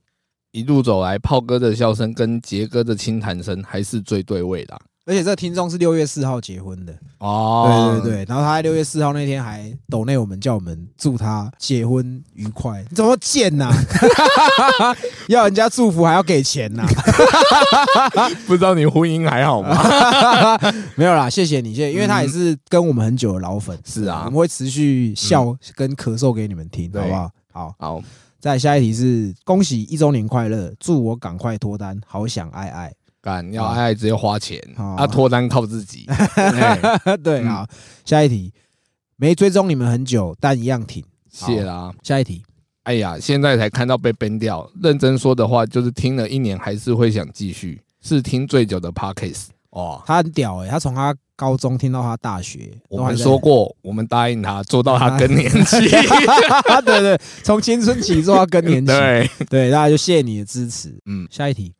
一路走来，炮哥的笑声跟杰哥的轻谈声还是最对味的啊。而且这个听众是六月四号结婚的，哦对，对对，然后他在六月四号那天还抖内我们，叫我们祝他结婚愉快。你怎么贱 呐、要人家祝福还要给钱呐、 不知道你婚姻还好 吗？没有啦，谢谢你，谢谢，因为他也是跟我们很久的老粉，是啊我们会持续笑跟咳嗽给你们听，对好不好？好，好，再下一题是恭喜一周年快乐，祝我赶快脱单，好想爱爱。 敢啊要爱爱直接花钱，哦啊，脱单靠 自己。哎对嗯啊，好下一题没追踪你们很久，但一样挺。谢啦。下一题，哎呀，现在才看到被 ban 掉。认真说的话，就是听了一年还是会想继续，是听最久的 Parkes 哦。他很屌哎、他从他高中听到他大学，我都还们在啊说过，我们答应他做到他更年 期。对对，从青春期做到更年期，对，对，大家就谢谢你的支持。嗯，下一题，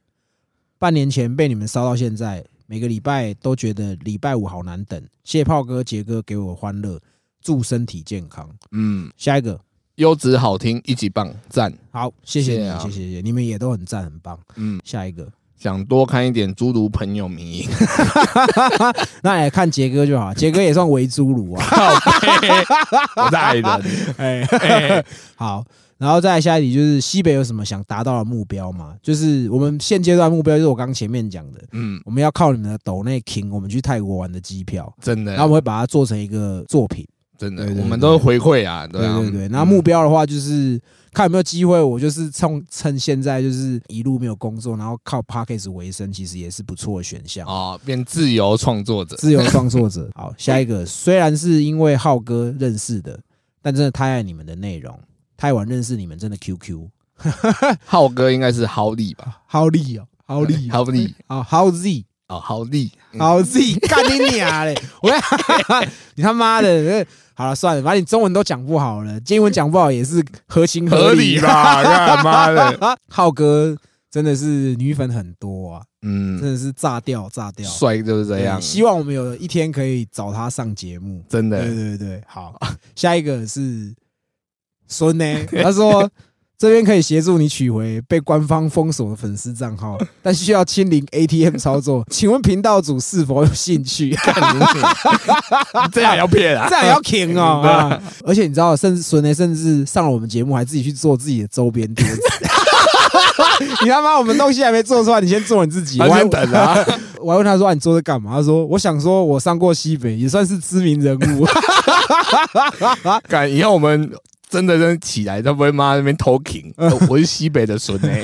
半年前被你们烧到现在，每个礼拜都觉得礼拜五好难等。谢谢炮哥、杰哥给我欢乐，祝身体健康。嗯，下一个，优质好听，一级棒，赞。好，谢谢谢你，啊谢谢谢谢，你们也都很赞，很棒。嗯，下一个，想多看一点诸如朋友名义，那来看杰哥就好，杰哥也算围侏儒啊。靠背，我在爱人。哎， 哎 好，然后再来下一题就是西北有什么想达到的目标吗？就是我们现阶段目标，就是我刚前面讲的，嗯，我们要靠你们的抖内 king，我们去泰国玩的机票，真的然后，我们会把它做成一个作品。真的啊对对，对我们都回馈啊，对啊对，对，然后目标的话就是看有没有机会，我就是趁趁现在就是一路没有工作，然后靠 p a c k a g e 为生，其实也是不错的选项。哦，变自由创作者，自由创作者， 好，下一个虽然是因为浩哥认识的，但真的太爱你们的内容，太晚认识你们真的 QQ 浩哥应该是浩力吧？好利哦，好利，浩力，好好 Z。哦，浩力，嗯好，我自己干你娘嘞！我要你他妈的，呃好了算了，把你中文都讲不好了，英文讲不好也是合情合理啊理。吧？ 干妈的，浩哥真的是女粉很多啊，嗯，真的是炸掉炸掉。帅啊就是这样对，希望我们有一天可以找他上节目。真嗯对的，对对，好，下一个是孙呢，他说。这边可以协助你取回被官方封锁的粉丝账号，但需要清零 ATM 操作。请问频道主是否有兴趣？干你娘这样也要骗 啊？这样也要停哦、啊！而且你知道，甚至孙雷甚至上了我们节目，还自己去做自己的周边贴纸。 你他妈，我们东西还没做出来，你先做你自己。我还还先等啊， 我还问他说、啊你做这干嘛？他说我想说，我上过西北，也算是知名人物。干以后我们真的真的起来，他不会妈那边偷情。嗯 我是西北的孙 哎，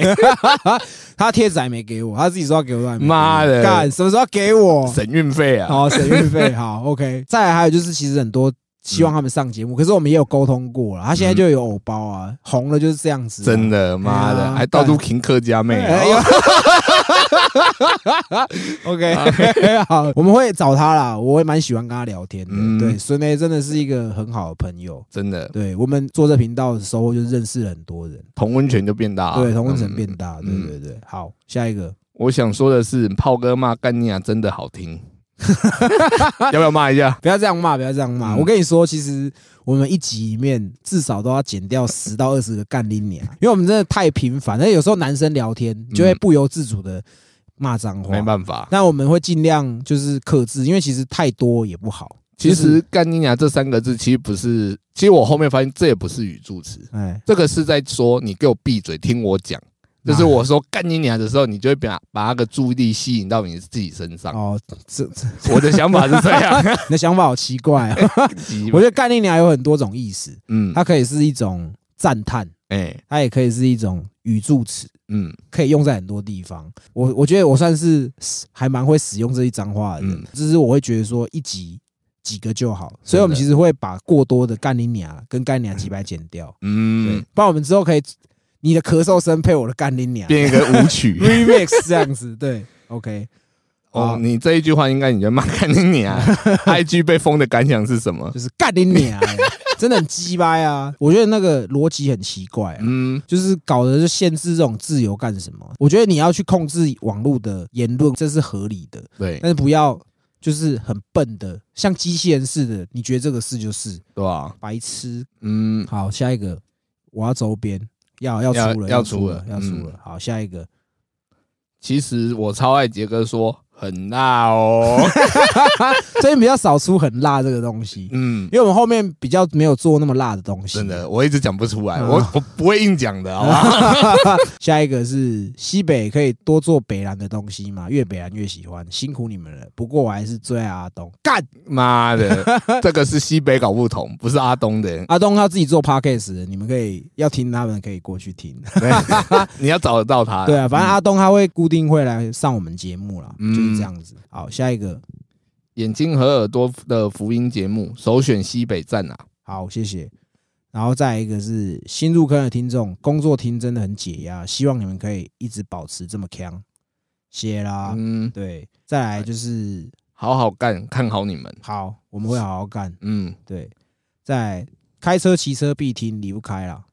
他贴纸还没给我，他自己说要给我，还没给我妈的干什么时候要给我？省运费啊！好，省运费， 好，OK。再来还有就是，其实很多希望他们上节目，可是我们也有沟通过了。他现在就有偶包啊，红了就是这样子啊，真的妈哎的，呀还到处停客家妹啊，哎呦 OK，好， 我们会找他啦，我也蛮喜欢跟他聊天的。啊嗯对，孙雷真的是一个很好的朋友。真的对我们做这频道的收获就是认识了很多人，同温泉就变大啊。对，同温层嗯变大，对嗯对对。好，下一个，我想说的是，炮哥骂干尼亚真的好 听， 要不要骂一下？不要这样骂，不要这样骂。嗯我跟你说，其实我们一集里面至少都要减掉十到二十个干拎娘，啊因为我们真的太频繁。那有时候男生聊天，你嗯就会不由自主的骂脏话没。办法，那我们会尽量就是克制，因为其实太多也不好。其就是实“干尼亚”这三个字其实不是，其实我后面发现这也不是语助词，哎，这个是在说你给我闭嘴，听我讲。啊就是我说干你娘的时候，你就会把把那个注意力吸引到你自己身上。哦，这这我的想法是这样， 你的想法好奇怪啊！鸡 我觉得啊概念娘有很多种意思，嗯，它可以是一种赞叹，哎，它也可以是一种语助词，嗯可以用在很多地方。我我觉得我算是使还蛮会使用这一脏话的人嗯，就是我会觉得说一集几个就好，所以我们其实会把过多的干你娘跟干娘几百剪掉，对嗯，，不然我们之后可以你的咳嗽声配我的干你娘变一个 舞曲。 remix 这样子，对，OK。哦好，你这一句话应该你就骂干你 娘。IG 被封的感想是什么？就是干你娘、欸，真的很鸡掰啊！我觉得那个逻辑很奇怪、啊。嗯，就是搞的就限制这种自由干什么？我觉得你要去控制网络的言论，这是合理的，对，但是不要就是很笨的，像机器人似的，你觉得这个是就是对吧？白痴。嗯，好，下一个我要周边，要要出了，要要要出出了了，要出嗯了。好，下一个， 其实我超爱杰哥说很 辣哦。最近比较少出很辣这个东西，嗯因，为我们后面比较没有做那么辣的东西。真的，我一直讲不出来，嗯我我不会硬讲的，好吧？ 下一个是西北可以多做北兰的东西嘛，越北兰越喜欢，辛苦你们了。不过我还是最爱阿东，干 妈的，这个是西北搞不同，不是阿东的。阿东他自己做 podcast，的你们可以要听他们可以过去听。对你要找得到他。对啊，反正嗯阿东他会固定会来上我们节目啦，嗯就是这样子。好，下一个，眼睛和耳朵的福音节目首选西北站啊，好，谢谢。然后再来一个是新入坑的听众，工作听真的很解压，希望你们可以一直保持这么强，谢啦。嗯，对，再来就是好好干，看好你们，好，我们会好好干。嗯，对，在开车、骑车必听，离不开啦。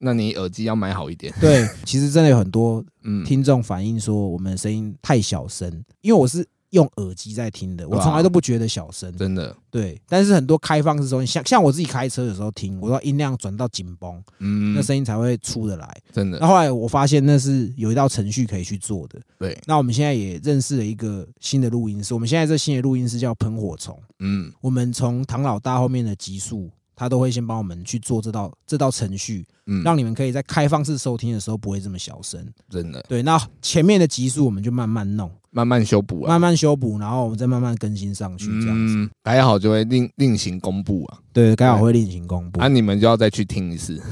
那你耳机要买好一点，对， 其实真的有很多嗯，听众反映说我们的声音太小声，因为我是用耳机在听的，我对啊从来都不觉得小声。真的，对，但是很多开放式收音，像像我自己开车的时候听，我要音量转到紧绷，嗯那，啊声音才会出得来。真那的，后来我发现那是有一道程序可以去做的。对，那我们现在也认识了一个新的录音室，我们现在这新的录音室叫喷火虫。嗯，我们从唐老大后面的集数，他都会先帮我们去做这道这道程序，嗯让你们可以在开放式收听的时候不会这么小声。真的，对，那前面的集数我们就慢慢弄，慢慢修补啊，慢慢修补，然后我们再慢慢更新上去，这样子。嗯，改好就会另另行公布啊，对，刚好会另行公布啊，。你们就要再去听一次。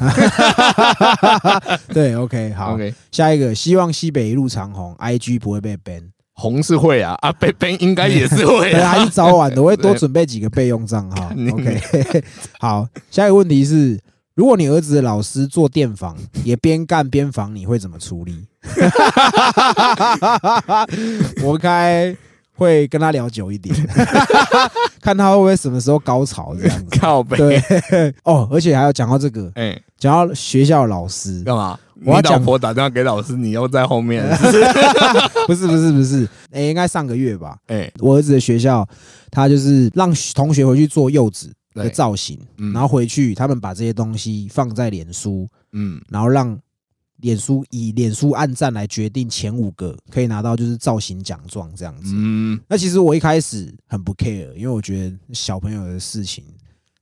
对，OK，好， OK，下一个，希望西北一路长虹，IG 不会被 ban。红是会啊，啊，贝贝应该也是会对，还啊。是早晚的，我会多准备几个备用账号。你 OK，好， 下一个问题是：如果你儿子的老师做电访，也边干边访，你会怎么处理？我应该会跟他聊久一点，看他会不会什么时候高潮这样 子。靠背，对， 哦，而且还要讲到这个，哎，讲到学校的老 师，干嘛？我你要老讲婆打电话给老师，你又在后面。 不是不是不是，哎，应该上个月吧，哎，我儿子的学校，他就是让同学回去做柚子的对造型，嗯然后回去他们把这些东西放在脸书，嗯，然后让脸书以脸书暗赞来决定前五个可以拿到就是造型奖状这样子。嗯，那其实我一开始很不 care，因为我觉得小朋友的事情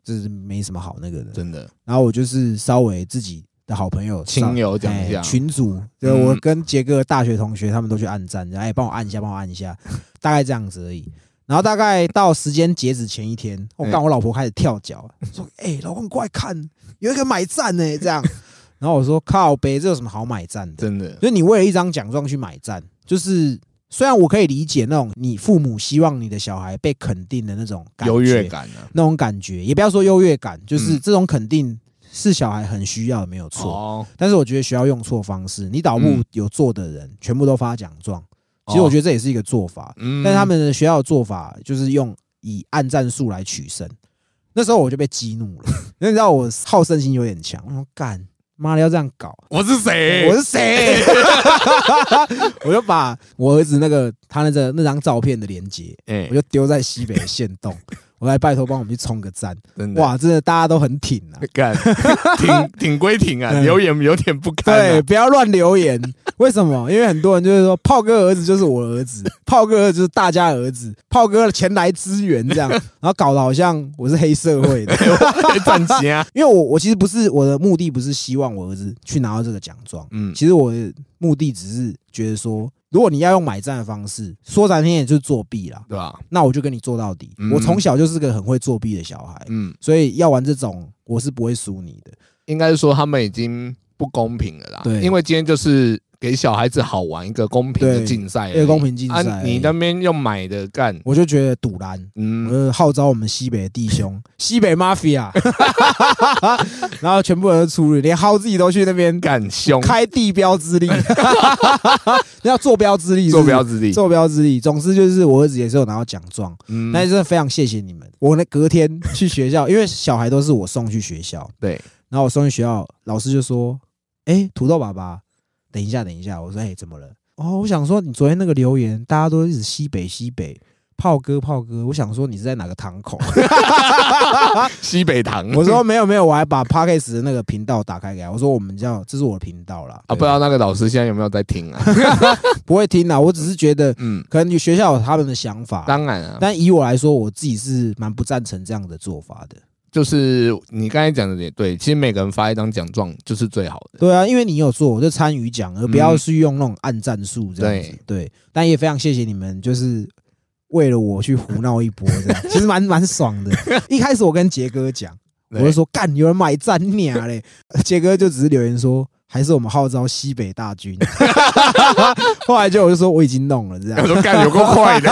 就是没什么好那个的。真的，然后我就是稍微自己的好朋友亲友讲一哎下群主，对嗯我跟杰哥的大学同学他们都去按赞，然后哎帮我按一下，帮我按一下，大概这样子而已。然后大概到时间截止前一天，我、嗯干我老婆开始跳脚，说：“哎、老公，过来看，有一个买站呢、这样。”然后我说：“靠北，这有什么好买站的？真的，就是你为了一张奖状去买站，就是虽然我可以理解那种你父母希望你的小孩被肯定的那种感觉优越感啊，那种感觉，也不要说优越感，就是嗯这种肯定是小孩很需要的，没有错。哦，但是我觉得学校用错方式，你导部嗯有做的人、全部都发奖状，其实我觉得，得这也是一个做法。嗯但是他们的学校的做法就是用以按战术来取胜。那时候我就被激怒 了，因为你知道我好胜心有点强，我说干妈的要这样搞，我是谁？我是谁？我就把我儿子那个他那个那张照片的连接，哎我，就丢在西北的线 洞，我来拜托帮我们去冲个赞。真的，哇，真的大家都很挺啊！ 干，挺挺归挺啊，嗯留言有点不堪啊 对，，不要乱留言。为什么？因为很多人就是说，炮哥儿子就是我儿 子，炮哥儿子就是大家儿子，炮哥前来支援 这样，然后搞得好像我是黑社会的。赚钱 啊， 因为我我其实不是我的目的，不是希望我儿子去拿到这个奖状。嗯，其实我的目的只是觉得说，如果你要用买站的方式，说难听点就是作弊啦。对吧？那我就跟你做到底。嗯我从小就是个很会作弊的小孩，嗯，所以要玩这种我是不会输你的。应该是说他们已经不公平了啦，对因为今天就是给小孩子好玩一个公平的对竞赛而已，一个公平竞赛啊，你而已那边又买的干，我就觉得堵拦，我嗯，就号召我们西北的弟 兄，西北 mafia，然后全部人都出力，连蒿自己都去那边干凶，开地标之 力， 要坐标之力是不坐是，标之地，坐标之力。总之就是我儿子也是有拿到奖状，嗯，但是真的非常谢谢你们。我那隔天去学校，因为小孩都是我送去学校，对，然后我送去学校，老师就说：“哎、土豆爸爸，等一下，等一下。”我说：“哎、怎么了？”哦，我想说你昨天那个留言，大家都一直西北西北，炮哥炮哥，我想说你是在哪个堂口？ 西北堂，我说没有没有，我还把 p a c k a s 的那个频道打开给他，我说我们叫这是我的频道啦，啊，不知道那个老师现在有没有在听啊？ 不会听啦，我只是觉得嗯，可能学校有他们的想法，当然啊，但以我来说，我自己是蛮不赞成这样的做法的。就是你刚才讲的也对，其实每个人发一张奖状就是最好的。嗯对啊，因为你有做，我就参与讲，而不要去用那种暗战术这样子。对，但也非常谢谢你们，就是为了我去胡闹一波，这 样其实蛮蛮爽的。一开始我跟杰哥讲，我就对说干，有人买战鸟嘞， 杰哥就只是留言说。还是我们号召西北大 军， 后来就我就说我已经弄了 这我样，说干有够 快的，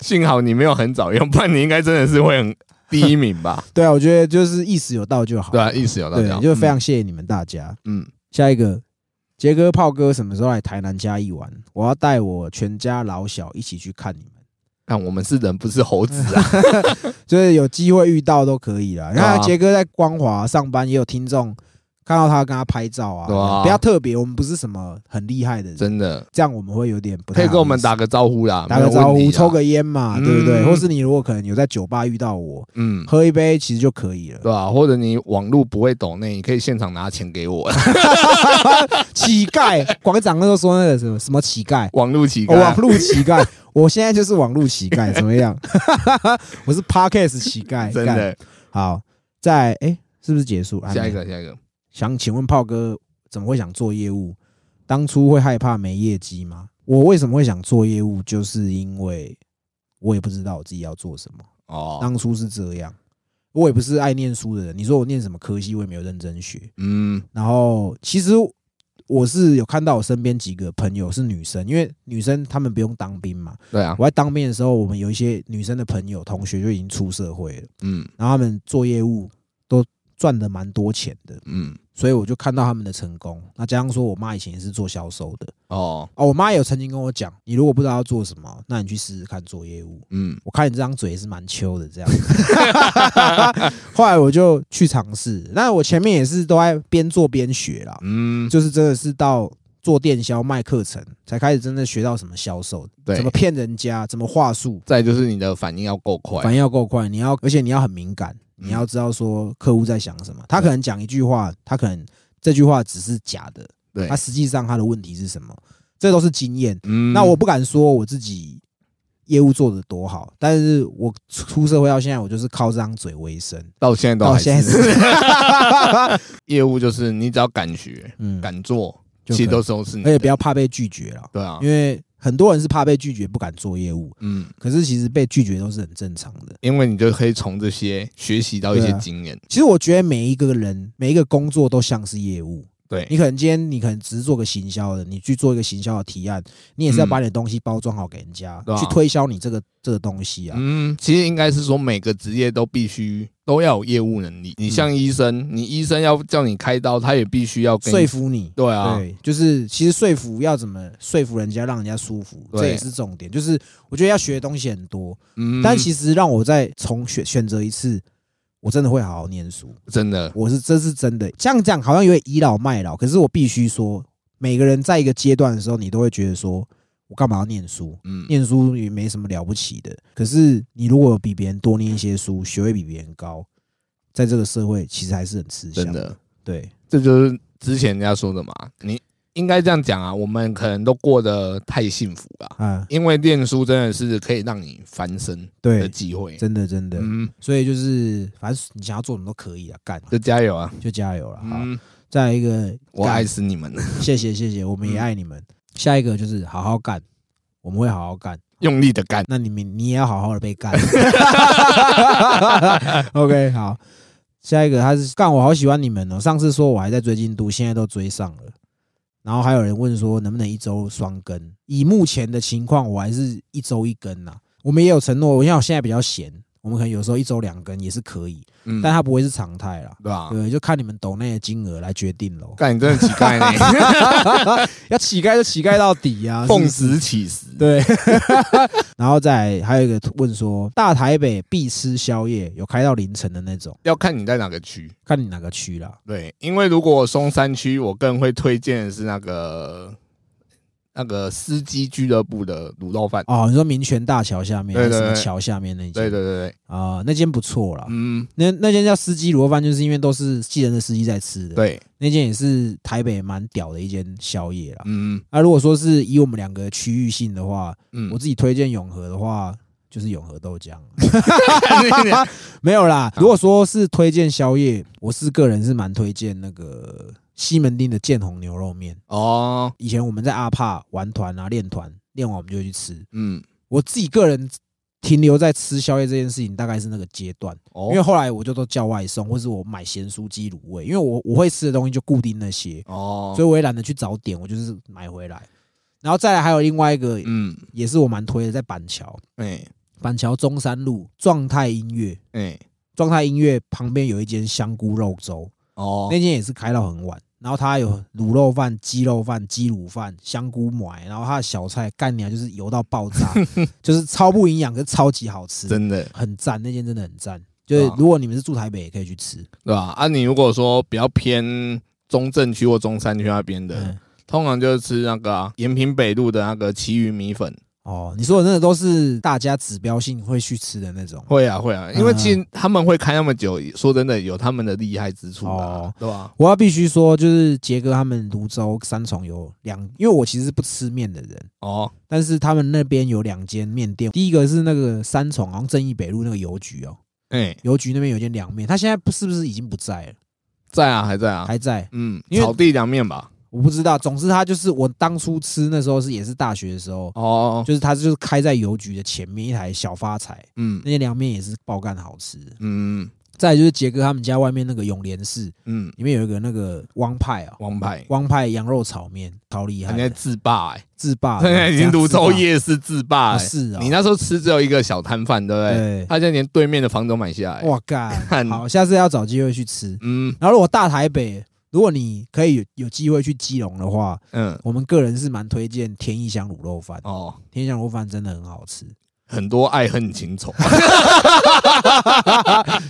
幸好你没有很早用，不然你应该真的是会很第一名吧？对啊，我觉得就是意思有到 就好，对啊，意思有到这对，样，就非常谢谢你们大家。嗯下一个，杰哥炮哥什么时候来台南嘉义玩？我要带我全家老小一起去看你们，看我们是人不是猴子 啊，就是有机会遇到都可以啦。对啊那杰哥在光华上班，也有听众看到他跟他拍照对啊，啊比较特别。我们不是什么很厉害的人，真的这样我们会有点不太可以跟我们好打个招呼啦，意思打个没有招问题啊呼，啦抽个烟嘛，对不对？嗯或是你如果可能有在酒吧遇到我，嗯。喝一杯其实就可以了。对吧、啊或者你网络不会抖内，你可以现场拿钱给我。 乞丐广场那时候说那个什么什么乞丐，网络乞哦、网丐，络乞 丐，我现在就是网络乞丐，怎么样？ 我是 podcast 乞丐，真干。的。好，在哎、诶是不是结束？还没下一个，下一个，想请问炮哥怎么会想做业务？当初会害怕没业绩吗？我为什么会想做业务？就是因为我也不知道我自己要做什么，哦，当初是这样。我也不是爱念书的人，你说我念什么科系，我也没有认真学。嗯，然后其实我是有看到我身边几个朋友是女生，因为女生她们不用当兵嘛。对啊，我在当兵的时候，我们有一些女生的朋友、同学就已经出社会了，嗯然后他们做业务都赚的蛮多钱的，嗯，所以我就看到他们的成功。那加上说我妈以前也是做销售的哦，哦，我妈也有曾经跟我讲，你如果不知道要做什么，那你去试试看做业务。嗯，我看你这张嘴也是蛮秋的，这样。 后来我就去尝试，那我前面也是都在边做边学啦，嗯，就是真的是到做电销卖课程，才开始真的学到什么销售，对怎么骗人家，怎么话术，再就是你的反应要够快反，应要够快，你要而且你要很敏感，嗯你要知道说客户在想什么。他可能讲一句话，他可能这句话只是假的，对他，实际上他的问题是什么，这都是经验。嗯，那我不敢说我自己业务做的多好，但是我出社会到现在，我就是靠这张嘴为生。到现在都到还现在是 是，业务，就是你只要敢学、嗯，敢做，就其实可以都是都是你而且的，不要怕被拒绝了，对啊因，为很多人是怕被拒绝，不敢做业务。嗯，可是其实被拒绝都是很正常的。因为你就可以从这些学习到一些对啊经验。其实我觉得每一个人、每一个工作都像是业务。对你可能今天你可能只是做个行销的，你去做一个行销的提案，你也是要嗯把你的东西包装好给人家，对啊去推销你这个这个东西啊。嗯，其实应该是说每个职业都必须都要有业务能力。嗯你像医生，你医生要叫你开刀，他也必须要跟你说服你。对啊，对，就是其实说服要怎么说服人家，让人家舒服，对这也是重点。就是我觉得要学的东西很多，嗯，但其实让我再重选选择一次，我真的会好好念书。真的，我是这是真的，这样讲好像有点倚老卖老，可是我必须说，每个人在一个阶段的时候，你都会觉得说我干嘛要念书？嗯，念书也没什么了不起的。可是你如果有比别人多念一些书，学位比别人高，在这个社会其实还是很吃香真的，对，这就是之前人家说的嘛。你应该这样讲啊，我们可能都过得太幸福了，啊，因为念书真的是可以让你翻身的对，机会。真的真的。嗯，所以就是，反正你想要做什么都可以啊，干就加油啊！就加油了。好，嗯，再来一个，我干爱嗯死你们，谢谢谢谢，我们也爱你们。下一个就是好好干，我们会好好干。用力的干。那你们你也要好好的被干。OK，好，下一个他是干，我好喜欢你们哦。上次说我还在追进度，现在都追上了。然后还有人问说能不能一周双更？以目前的情况，我还是一周一更呐、我们也有承诺，我像我现在比较闲，我们可能有时候一周两更也是可以，嗯，啊但它不会是常态啦。对吧？对，就看你们抖内的金额来决定喽。干，你真的乞丐 呢，要乞丐就乞丐到底啊，奉是不是旨乞食。 对， 然后再来还有一个问说，大台北必吃宵夜，有开到凌晨的那种，要看你在哪个区。看你哪个区啦。对，因为如果松山区，我更会推荐的是那个那个司机俱乐部的卤肉饭。哦，你说民权大桥下面，对还是什对么对桥下面那间？对对对对，啊、那间不错啦。嗯，那那间叫司机卤肉饭，就是因为都是技能的司机在吃的。，对，那间也是台北蛮屌的一间宵夜啦。嗯那、如果说是以我们两个区域性的话，嗯，我自己推荐永和的话，就是永和豆浆。啊我没有啦。如果说是推荐宵夜，我是个人是蛮推荐那个西门町的建宏牛肉面。哦，以前我们在阿帕玩团啊，练团，练完我们就会去吃。嗯，我自己个人停留在吃宵夜这件事情，大概是那个阶段，哦，因为后来我就都叫外送，或是我买咸酥鸡卤味，因为我我会吃的东西就固定那些，哦，所以我也懒得去找点，我就是买回来。然后再来还有另外一个，嗯，也是我蛮推的，在板桥，哎板桥中山路状态音乐，哎，状态音乐旁边有一间香菇肉粥，哦，那间也是开到很晚。然后它有卤肉饭、鸡肉饭、鸡卤饭、香菇买，然后它的小菜干娘就是油到爆炸， 就是超不营养，可是超级好吃，真的很赞，那间真的很赞。就是对啊如果你们是住台北，也可以去吃。对吧？啊，你如果说比较偏中正区或中山区那边的，嗯，通常就是吃那个啊延平北路的那个旗鱼米粉。哦，你说的那个都是大家指标性会去吃的那种。会啊会啊，因为嗯其实他们会开那么久，说真的有他们的厉害之处啊哦，对吧？我要必须说，就是杰哥他们泸州三重有两，因为我其实是不吃面的人，哦，但是他们那边有两间面店，第一个是那个三重，好像正义北路那个邮局哦，哎，邮局那边有一间凉面，他现在不是不是已经不在了，在啊，还在啊，还在，嗯，因为草地凉面吧，我不知道。总之，他就是我当初吃那时候是也是大学的时候，哦，就是他就是开在邮局的前面一台小发财，嗯那些凉面也是爆干好吃。嗯再来就是杰哥他们家外面那个永联寺嗯，里面有一个那个汪派哦，王牌，汪派羊肉炒面超厉害人家的，自霸哎，自霸的，现 在已经这样泸自霸州夜市自霸啊欸，是啊，你那时候吃只有一个小摊贩，对不对？对，他现在连对面的房都买下来，哇 干，看好，下次要找机会去吃。嗯然后如果大台北，如果你可以有有机会去基隆的话，嗯，我们个人是蛮推荐天一香卤肉饭，哦，天一香卤肉饭真的很好吃。很多爱恨 情仇，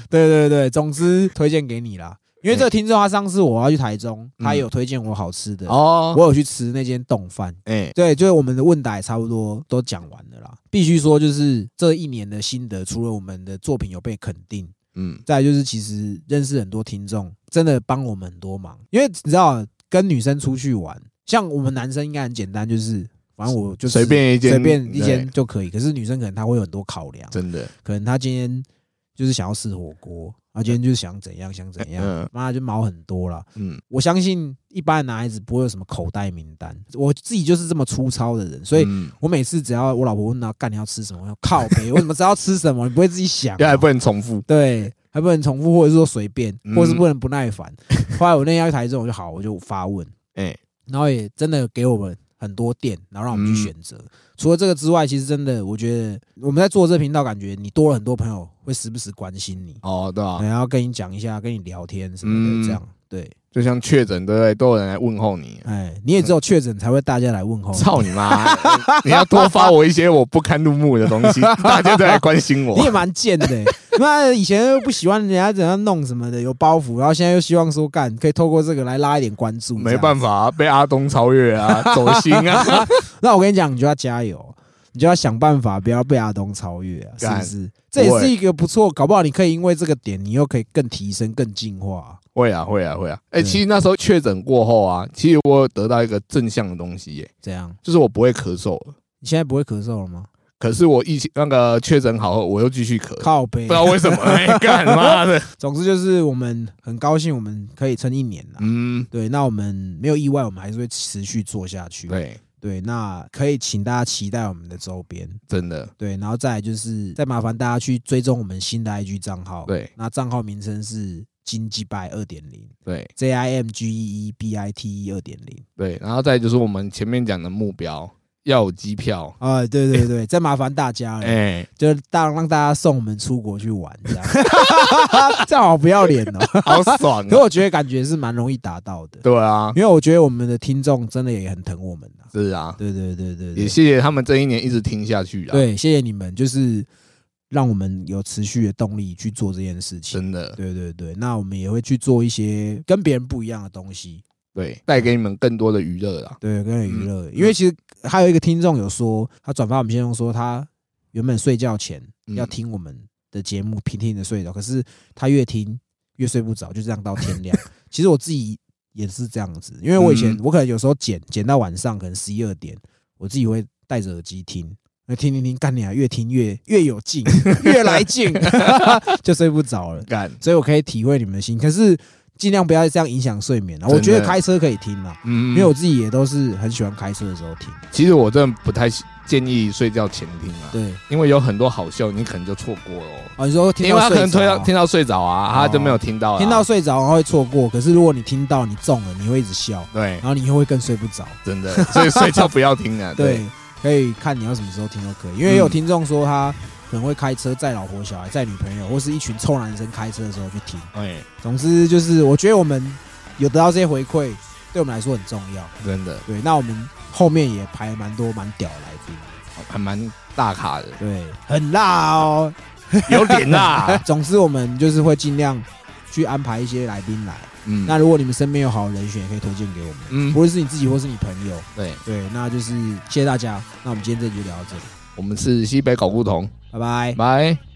对对对，总之推荐给你啦。因为这个听众他啊上次我要去台中，他有推荐我好吃的，哦，我有去吃那间冻饭。哎，对，就是我们的问答也差不多都讲完了啦。必须说，就是这一年的心得，除了我们的作品有被肯定，嗯，再来就是其实认识很多听众，真的帮我们很多忙。因为你知道，跟女生出去玩，像我们男生应该很简单，就是反正我就随便一间，随便一间对，就可以。可是女生可能她会有很多考量，真的，可能她今天就是想要吃火锅，啊，今天就是想怎样想怎样嗯，妈就毛很多啦。嗯，我相信一般的男孩子不会有什么口袋名单，我自己就是这么粗糙的人，所以嗯我每次只要我老婆问她干你要吃什么，我说靠北，我怎么知道吃什么？你不会自己 想、要还啊？不能重复，对，还不能重复，或者是说随便，嗯或者是不能不耐烦。 后来我那天要去台中，我就好，我就发问，哎，然后也真的给我们很多店，然后让我们去嗯选择。除了这个之外，其实真的，我觉得我们在做这频道，感觉你多了很多朋友会时不时关心你，哦，对吧？然后跟你讲一下，跟你聊天什么的，嗯这样。对，就像确诊，对不对？都有人来问候你，哎，你也只有确诊才会大家来问候你。操你 妈！你要多发我一些我不堪入目的东西，大家都来关心你也我。蛮贱的、欸， 那以前又不喜欢人家怎样弄什么的，有包袱，然后现在又希望说干可以透过这个来拉一点关注。没办法，法、啊，被阿东超越啊，走心啊！那我跟你讲，你就要加油，你就要想办法不要被阿东超越、啊，是干不是？这也是一个不错，搞不好你可以因为这个点，你又可以更提升、更进化。会啊，会啊，会啊！哎、嗯其实那时候确诊过后啊，其实我有得到一个正向的东西耶、这样，就是我不会咳嗽了。你现在不会咳嗽了吗？可是我疫情那个确诊好后，我又继续咳，靠背呃不知。道为什 么，哎、干妈的，总之就是我们很高兴，我们可以撑一年了。嗯，对，那我们没有意外，我们还是会持续做下去。对，对，那可以请大家期待我们的周边。真的，对，然后再来就是再麻烦大家去追踪我们新的 IG 账号。，对那账号名称是金鸡拜二点零对，J I M G E E B I T E 二点零。对。然后再就是我们前面讲的目标，要有机票，啊，对对对，再麻烦大家了，哎、就是大让大家送我们出国去玩，这样， 这样好不要脸哦。好爽可 啊！我觉得感觉是蛮容易达到的，对啊，因为我觉得我们的听众真的也很疼我们啊。是啊，对对对对也对，谢谢他们这一年一直听下去啊。，对，谢谢你们，就是让我们有持续的动力去做这件事情。真的，对对对，那我们也会去做一些跟别人不一样的东西，对，带给你们更多的娱乐啊。对，跟娱嗯乐。因为其实还有一个听众有说，他转发我们先生说，他原本睡觉前嗯要听我们的节目，拼听着睡着，可是他越听越睡不着，就这样到天亮。 其实我自己也是这样子，因为我以前嗯我可能有时候剪剪到晚上，可能十一二点，我自己会戴着耳机听。那听听听，干你啊！越听越越有劲，越来劲， 就睡不着了。干，所以我可以体会你们的心，可是尽量不要这样影响睡眠啊。真的我觉得开车可以听啊啦，嗯因为我自己也都是很喜欢开车的时候听。啊其实我真的不太建议睡觉前听啊，对，因为有很多好笑，你可能就错过了哦。啊，你说因听为到他可能睡推到着，哦听到睡着啊，他就没有听到啊。听到睡着然后会错过，可是如果你听到你中了，你会一直笑， 对然，后你又会更睡不着。真的，所以睡觉不要听啊。 对对，，可以看你要什么时候听都可以，因为嗯也有听众说他。可能会开车载老婆、小孩、载女朋友，或是一群臭男生开车的时候去听。哎，总之就是，我觉得我们有得到这些回馈，对我们来说很重要。真的对，那我们后面也排蛮多蛮屌的来宾，还蛮大 咖的，对，很辣哦。有脸啊。总之，我们就是会尽量去安排一些来宾来。嗯， 那如果你们身边有好的人选，也可以推荐给我们，嗯不，论是你自己或是你朋友。对，对，那就是谢谢大家。那我们今天这集就聊到这里，我们是西北搞不同，拜拜。拜。